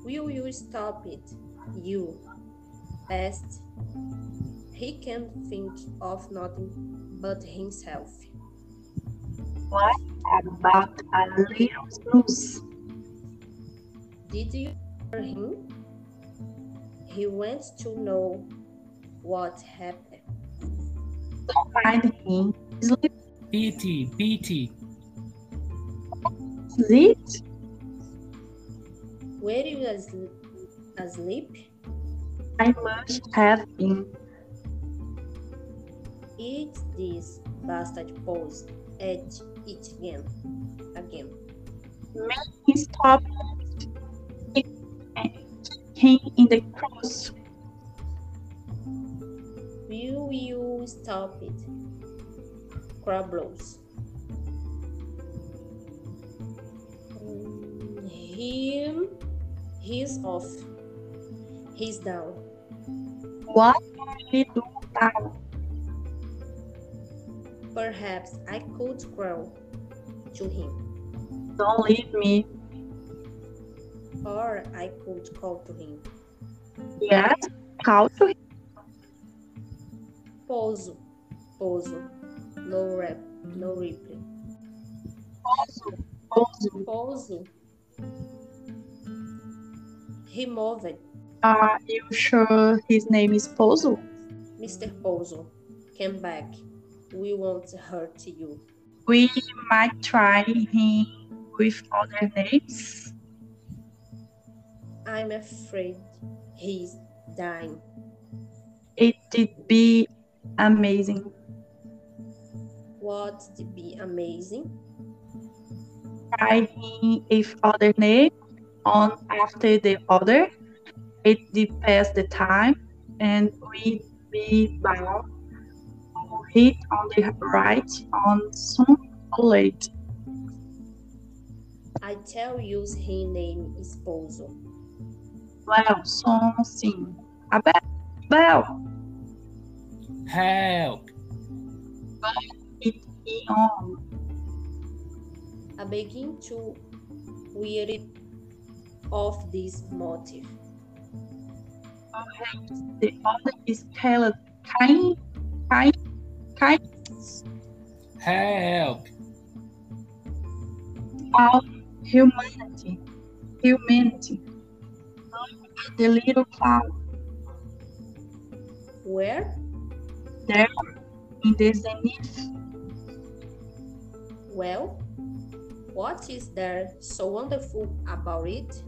Will you stop it? You. Best. He can think of nothing but himself. What about a little snooze? Did you hear him? He wants to know what happened. Don't mind him. Is Pity, pity. it? Where you are sl- asleep? I must have been. It's this bastard pose at it again. Again. He stopped him in the cross. We will stop it. Crabbles. Mm, Him, he's off. He's down. What did he do now? Perhaps I could crawl to him, Don't leave me. or I could call to him. Yes, how to Pouso, pouso, no rep, no replay. pose? Pouso. He moved, Are you sure his name is Pozo? Mr. Pouso. Come back. We won't hurt you. We might try him with other names. I'm afraid he's dying. It did be amazing. What would be amazing? Try him with other name on after the other. It did pass the time and we be bound to hit on the right on soon or late. I tell you his name is Pouso. Well, soon sim. Abel, Abel, Help! it um, he on. I begin to weary of this motive. the other is called kind, kind, kind Help! of humanity, humanity. Look at The little cloud Where? there in the zenith. Well, what is there so wonderful about it?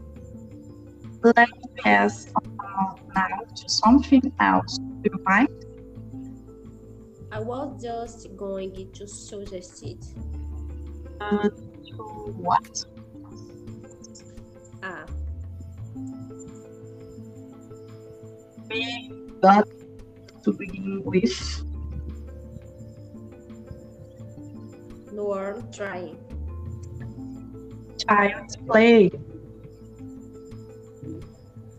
Let me pass on now to something else. You mind? I was just going to suggest it. Uh, to what? Ah, We got to begin with. no I'm trying. Child's play.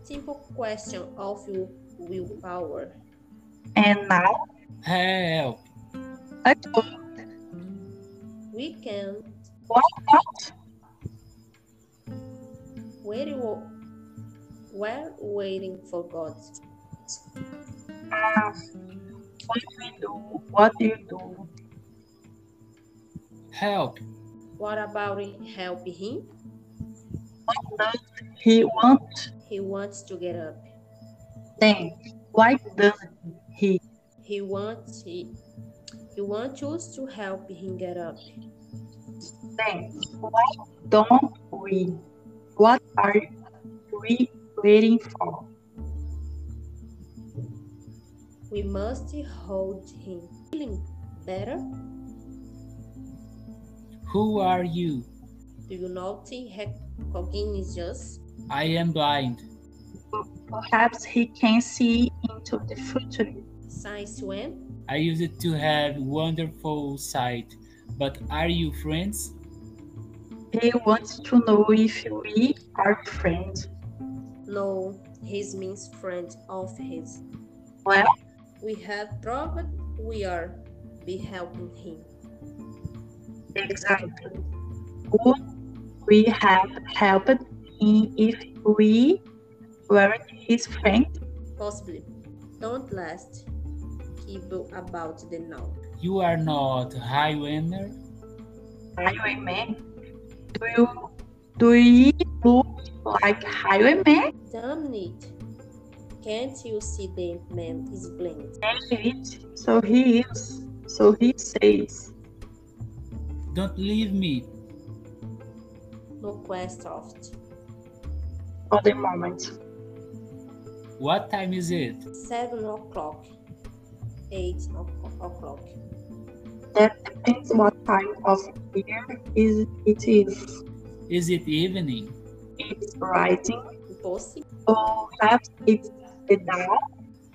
Simple question of your willpower. And now, Help! let go. We can What not? wait. wo- We're waiting for God. Ah, what we do? What you do? Help! What about it? help him? What does he want? He wants to get up. Then why doesn't he? He wants he, he wants us to help him get up. Then why don't we? What are we waiting for? We must hold him. Feeling better? Who are you? Do you not recognize us? I am blind. Perhaps he can see into the future. Since when? I used to have wonderful sight, but are you friends? He wants to know if we are friends. No, he's means friend of his. Well, We have proved we are be helping him. exactly. Would we have helped him if we weren't his friend? Possibly. Don't last kibble about the now. You are not Highlander? Highwayman? Do you do you look like highwayman? Damn it. Can't you see the man is blind? David, so he is, so he says, Don't leave me. No quest of it. for the moment. What time is it? Seven o'clock. Eight o- o'clock. That depends what time of year is it is. Is it evening? It's writing, Oh, Possible, perhaps it's the now.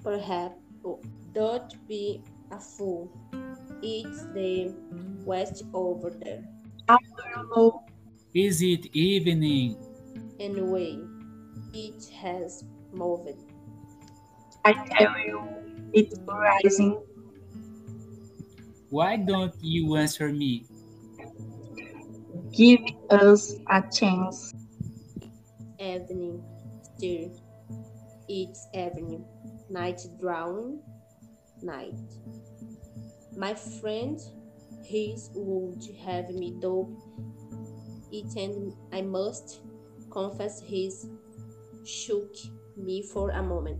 perhaps. Don't be a fool. It's the west over there. I don't know. Is it evening? Anyway, it has moved. I tell you, it's rising. Why don't you answer me? Give us a chance. Evening, still. It's evening. Night drown. Night. My friend, his would have me dope it and I must confess his shook me for a moment.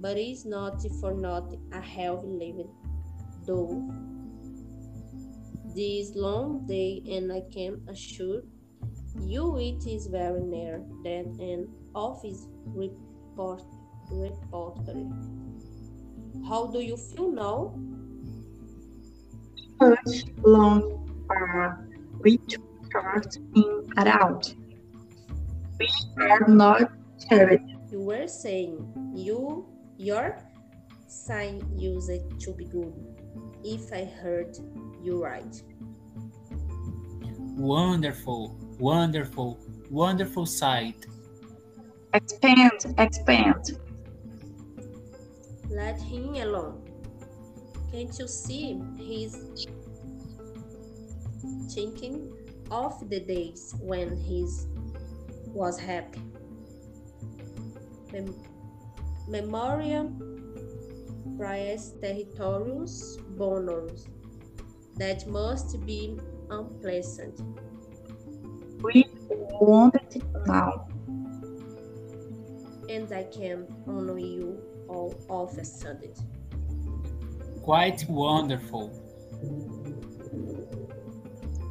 But it's not for not a healthy living, though. This long day and I can assure you it is very near than an office report reporter. How do you feel now? Such long are we to start in and out. We are not tired. You were saying you your sign used to be good, if I heard you right. Wonderful, wonderful, wonderful sight. Expand, expand. Let him alone. Can't you see he's thinking of the days when he was happy? Mem- Memoria prias territorius bonus. That must be unpleasant. We want it now. and I can honor you all of a sudden. Quite wonderful.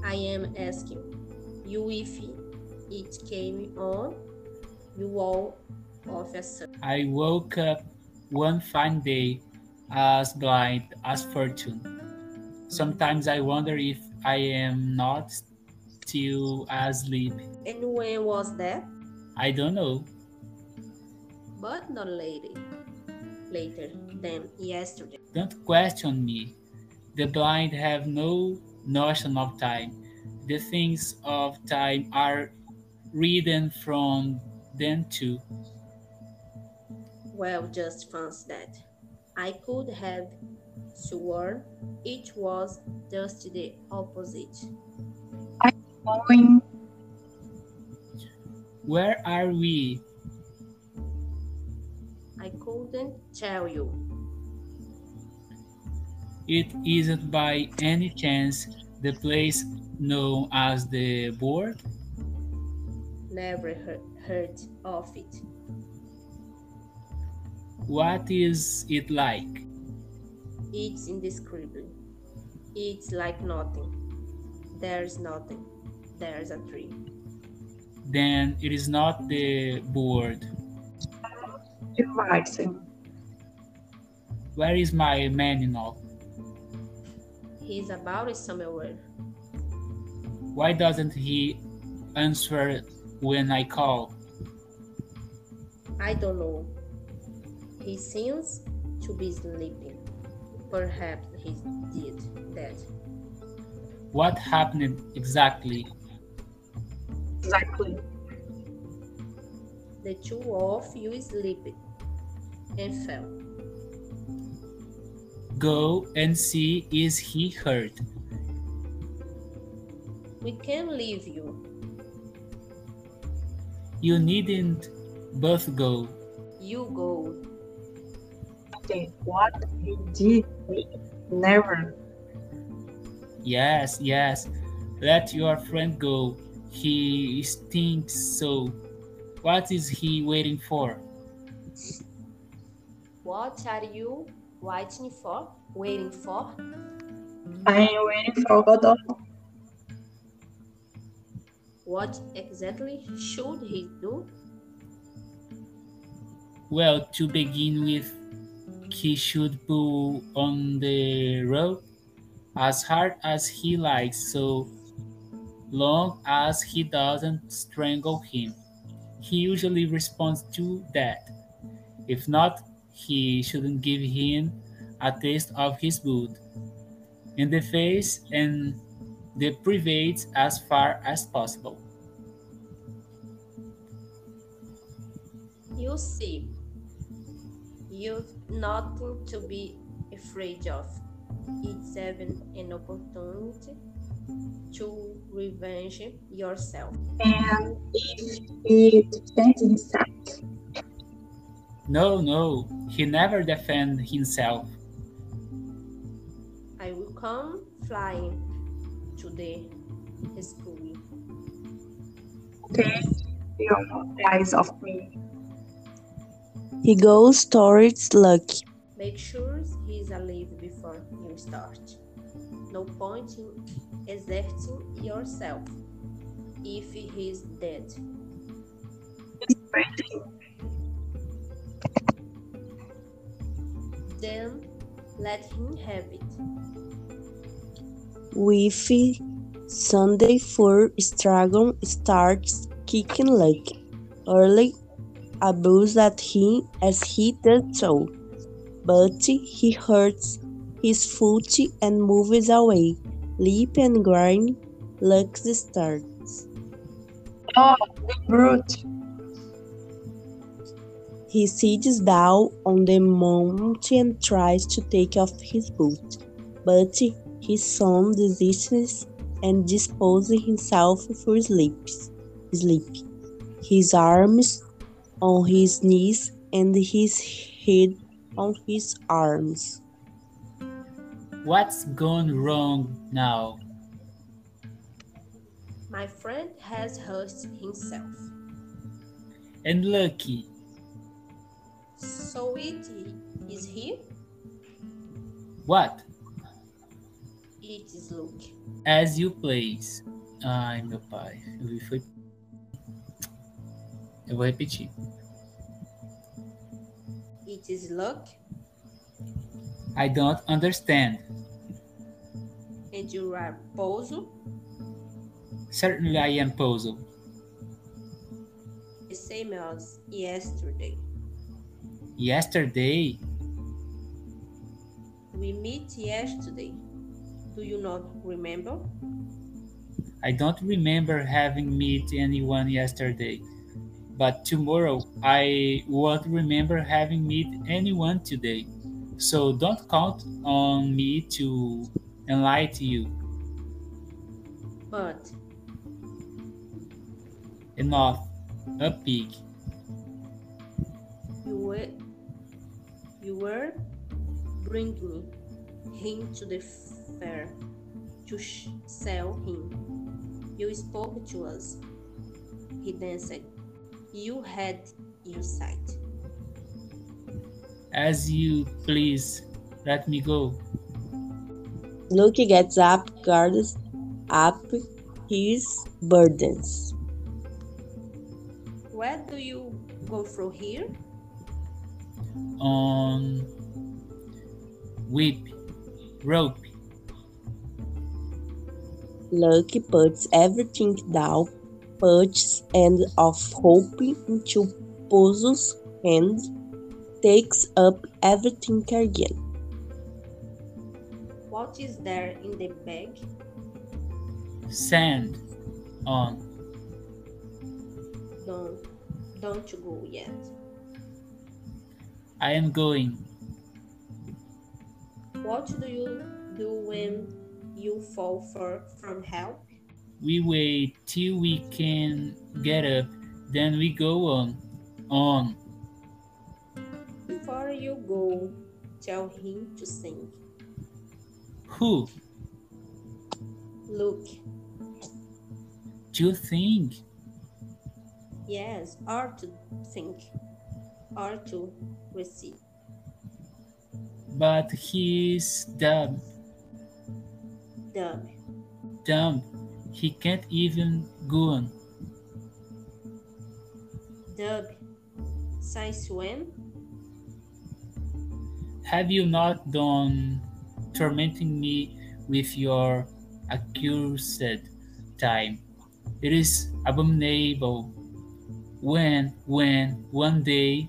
I am asking you if it came on you all of a sudden. I woke up one fine day as blind as fortune. Sometimes I wonder if I am not still asleep. And when was that? I don't know. But not later, later than yesterday. Don't question me. The blind have no notion of time. The things of time are hidden from them too. Well, just fancy that. I could have sworn it was just the opposite. Going Where are we? I couldn't tell you. It isn't by any chance the place known as the board. Never he- heard of it. What is it like? It's indescribable. It's like nothing. There's nothing. There's a tree. Then it is not the board. devising. Where is my manual? He's about it somewhere. Why doesn't he answer when I call? I don't know. He seems to be sleeping. Perhaps he did that. What happened exactly? Exactly. The two of you sleep and fell. Go and see is he hurt? We can leave you. You needn't both go. You go. Okay, What we did, we never Yes, yes. Let your friend go. He stinks so. What is he waiting for? What are you waiting for? Waiting for? I am waiting for Godot. What exactly should he do? Well, to begin with, he should pull on the rope as hard as he likes, so long as he doesn't strangle him. He usually responds to that. If not, he shouldn't give him a taste of his food in the face and deprivates as far as possible. You see, you've nothing to be afraid of. It's even an opportunity to revenge yourself. And if he defends himself, No, no, he never defends himself. I will come flying to the school. take your eyes off me. He goes towards Lucky. Make sure he's alive before you start. No point in exerting yourself if he's dead. Then let him have it. Wifi Sunday for Stragon starts kicking Lucky. Early abuse at him as he does so, but he hurts his foot and moves away. Leap and grind, Lucky starts. Oh, the brute. He sits down on the mountain and tries to take off his boot, but his son desists and disposes himself for sleep. sleep. His arms on his knees and his head on his arms. What's gone wrong now? My friend has hurt himself, And Lucky, so it is he, what? it is Luke. As you please. Ai, meu pai. Eu vi foi. Eu vou repetir. It is Luke, I don't understand. and you are puzzled. Certainly I am puzzled. the same as yesterday. Yesterday, We meet yesterday. Do you not remember? I don't remember having met anyone yesterday. But tomorrow, I won't remember having met anyone today. So don't count on me to enlighten you. But Enough. A pig. you were you were bringing him to the fair to sh- sell him. You spoke to us. He danced. You had your sight. As you please, let me go. Loki gets up, guards up his burdens. Where do you go from here? on whip, rope, Lucky puts everything down, puts end of hope into Pozo's hand, takes up everything again. What is there in the bag? sand, on Don't don't you go yet. I am going. What do you do when you fall for, from help? We wait till we can get up, then we go on, on. Before you go, tell him to sing. Who? Look, Do you think? yes, or to think, or to receive. But he's dumb, Dumb. dumb. He can't even go on. Dub Since when? Have you not done tormenting me with your accursed time? It is abominable. When, when, one day,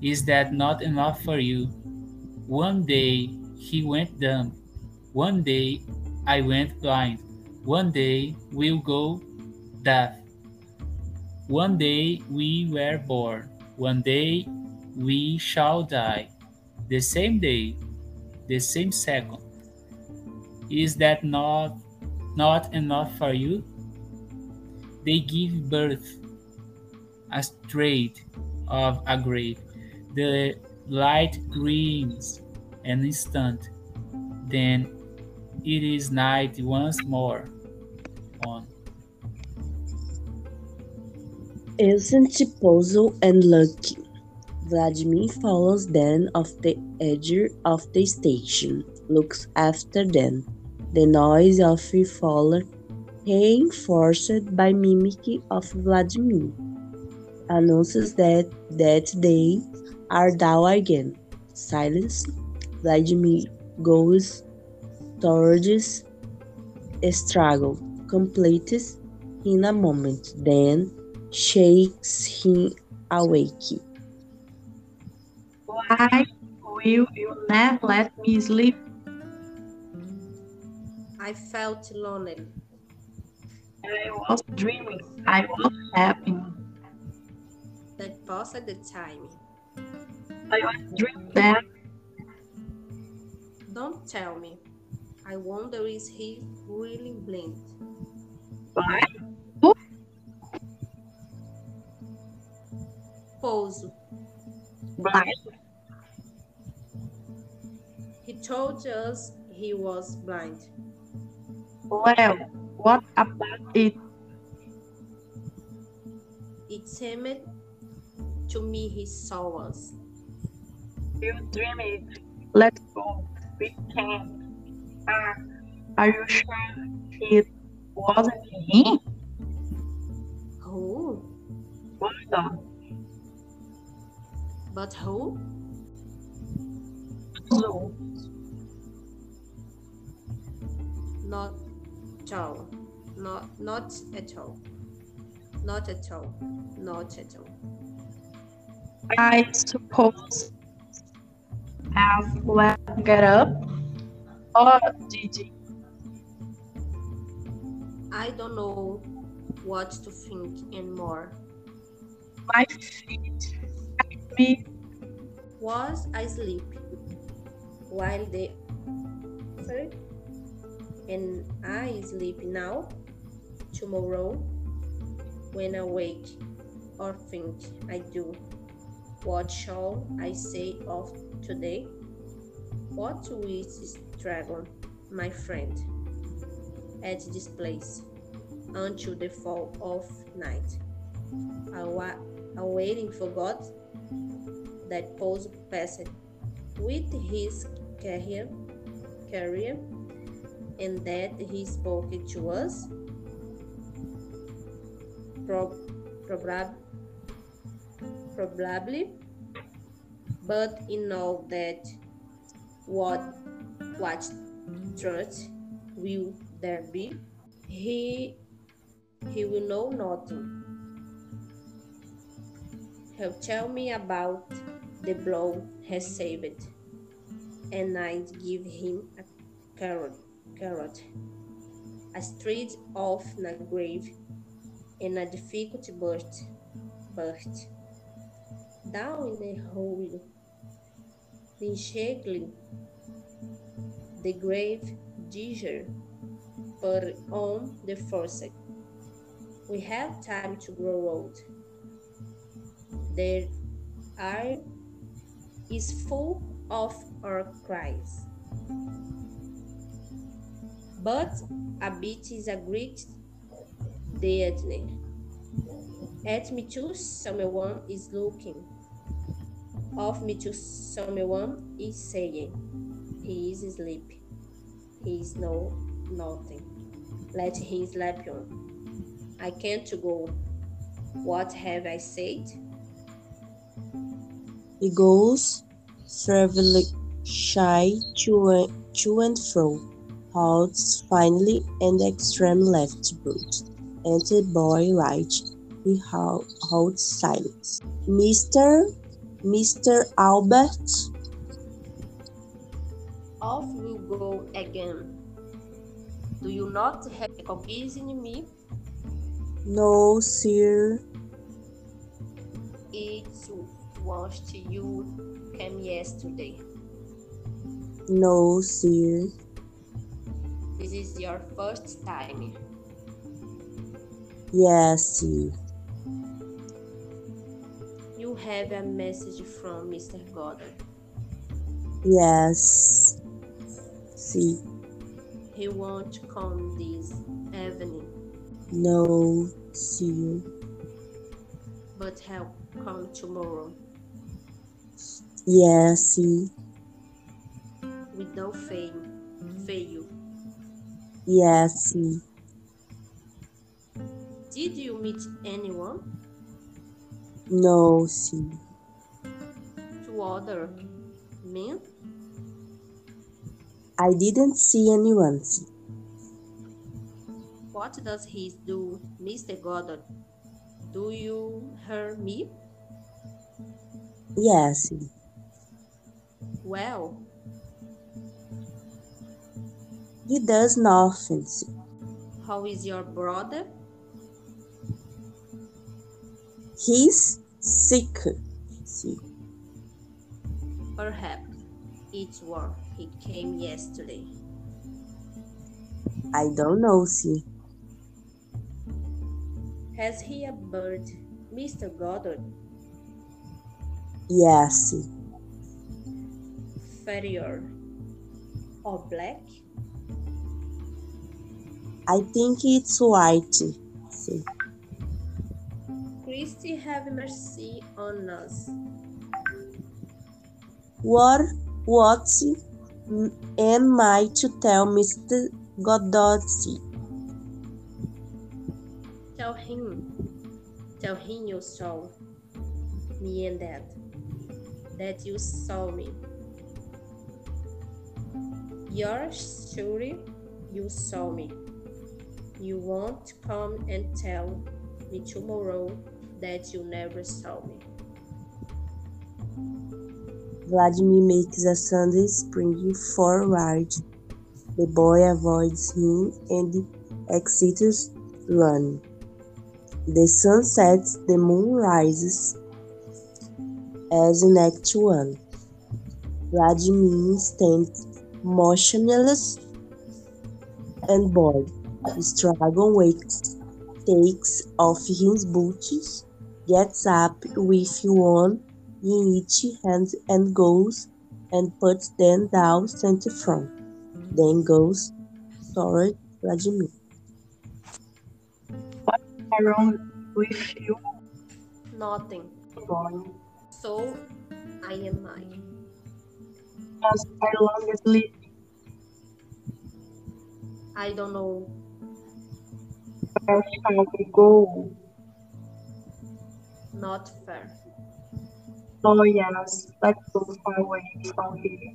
is that not enough for you? One day he went dumb. One day I went blind. One day we'll go deaf. One day we were born. One day we shall die. The same day, the same second. Is that not not enough for you? They give birth a straight of a grape. The light greens an instant. Then it is night once more. On. Isn't she puzzled and lucky? Vladimir follows them off the edge of the station, looks after them. The noise of the faller reinforced by mimicry of Vladimir announces that that they are down again. Silence. Vladimir goes towards struggle, completes in a moment, then shakes him awake. Why will you never let me sleep? I felt lonely. I was dreaming. I was happy. That passed the time. I was dreaming that Don't tell me. I wonder is he really blind? why Pose. blind He told us he was blind. well. What about it? It seemed to me he saw us. You dream it. Let's go. We can. Ah, are you sure it wasn't him? Who? Wanda, But who? puzzle. Not at all. Not not at all. Not at all. Not at all. I suppose have well get up. Or did you? I don't know what to think anymore. my feet at me Was I sleeping while the sorry? And I sleep now, tomorrow, when I wake or think I do. What shall I say of today? What is this dragon, my friend, at this place until the fall of night? I wa- I waiting for God that pose passed with his career, career and that he spoke to us prob- probab- probably but in all that what what truth will there be he he will know nothing He'll tell me about the blow he saved, and I'd give him a carrot, carrot, a street off a grave, and a difficult birth, birth. Down in the hole, then shaking, the grave digger put on the faucet. We have time to grow old there are is full of our cries. But a bit is a great deadness. At me too, someone is looking. Of me too, someone is saying, he is asleep. He is no nothing. Let him sleep on. I can't go. What have I said? He goes traveling shy to, a- to and fro, halts finally in the extreme left boot. Enter boy right, he hou- holds silence. Mr. Mr. Albert, Off will go again. Do you not recognize me? no sir, It was you came yesterday. no sir, This is your first time. yes sir. You have a message from Mr. Goddard. Yes. See, He won't come this evening, no, see, but he'll come tomorrow. yes, see, With no fail, fail. yes, see. Did you meet anyone? No, see, Two other men? I didn't see anyone. See, What does he do, Mr. Goddard? Do you hear me? yes, see. Well, he does nothing. See, how is your brother? he's sick. See, Perhaps it's war. He came yesterday. I don't know. See, Has he a bird, Mr. Goddard? yes, see, Ferrier or black? I think it's white. See, Christy, have mercy on us. what, what see, m- am I to tell Mister Goddard? See, Tell him, tell him you saw me and that, that you saw me. You're sure you saw me. You won't come and tell me tomorrow that you never saw me. Vladimir makes a sudden spring forward. The boy avoids him and exits running. The sun sets, the moon rises as in Act 1. Vladimir stands motionless and bored. His dragon wakes, takes off his boots, gets up with one in each hand and goes and puts them down center front. Then goes toward Vladimir. I wrong with you, Nothing. boy. So I am I. As I long as live, I don't know. where shall we go? Not fair. Oh yes, let's go far away from here.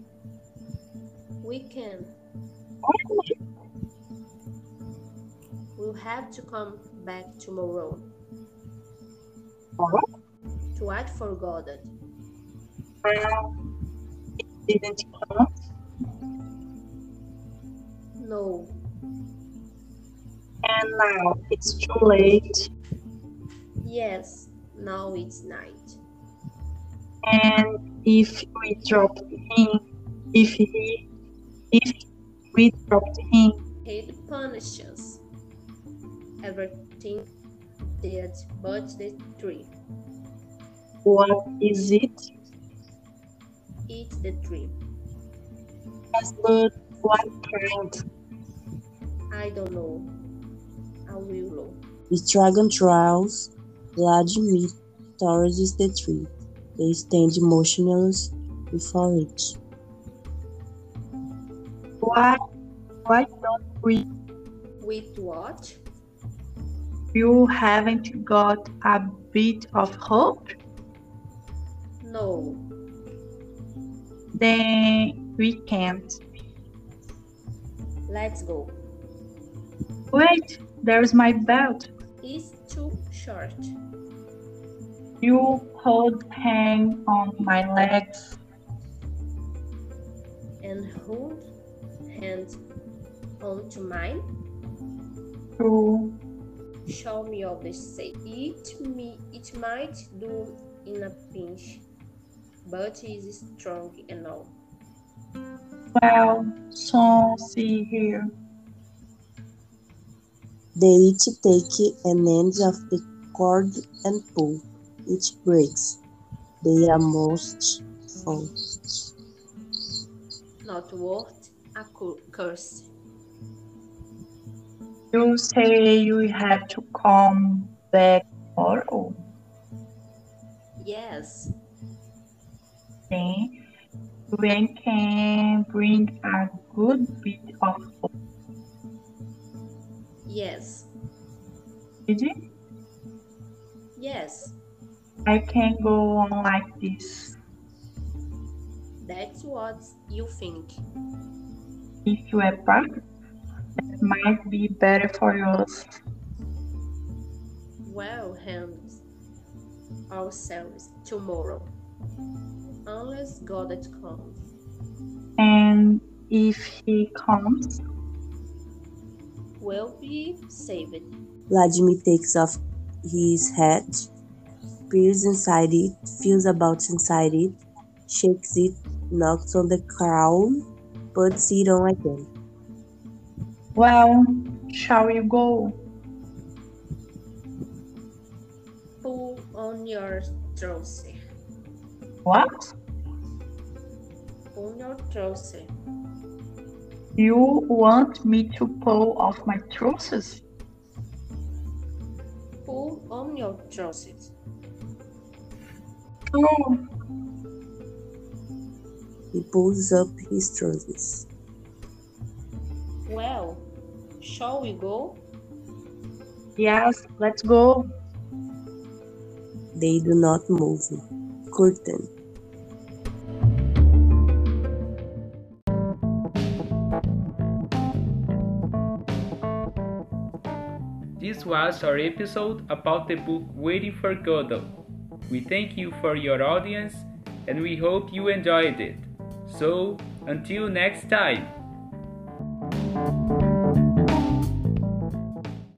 We can. We'll have to come back tomorrow What? to what for Goddard. Well, it didn't come. No, And now it's too late, yes, now it's night. and if we dropped him, if he, if we dropped him, He punishes everything dead but the tree. what is it? Eat the tree. As the what kind? I don't know. I will know. The dragon draws Vladimir towards the tree. They stand motionless before it. Why, why don't we? With what? You haven't got a bit of hope? No, Then we can't. let's go. Wait, there's my belt. It's too short. You hold hang on my legs. And hold hand onto mine. True. Show me all the safe. It me it might do in a pinch, but is strong enough. Well, so see here. They each take an end of the cord and pull. It breaks. They almost fall. Not worth a cu- curse. You say you have to come back tomorrow. Yes, Then we can bring a good bit of food. yes, Did it? yes. I can go on like this. That's what you think. If you are back, that might be better for us. Well, hands ourselves tomorrow. Unless God comes. And if he comes, will be saved. Vladimir takes off his hat, peers inside it, feels about inside it, shakes it, knocks on the crown, puts it on again. well, shall we go? Pull on your trouser. What? On your trouser. You want me to pull off my trousers? Pull on your trousers. No. He pulls up his trousers. Well, shall we go? Yes, let's go. They do not move. Curtain. This was our episode about the book Waiting for Godot. We thank you for your audience and we hope you enjoyed it. So, until next time!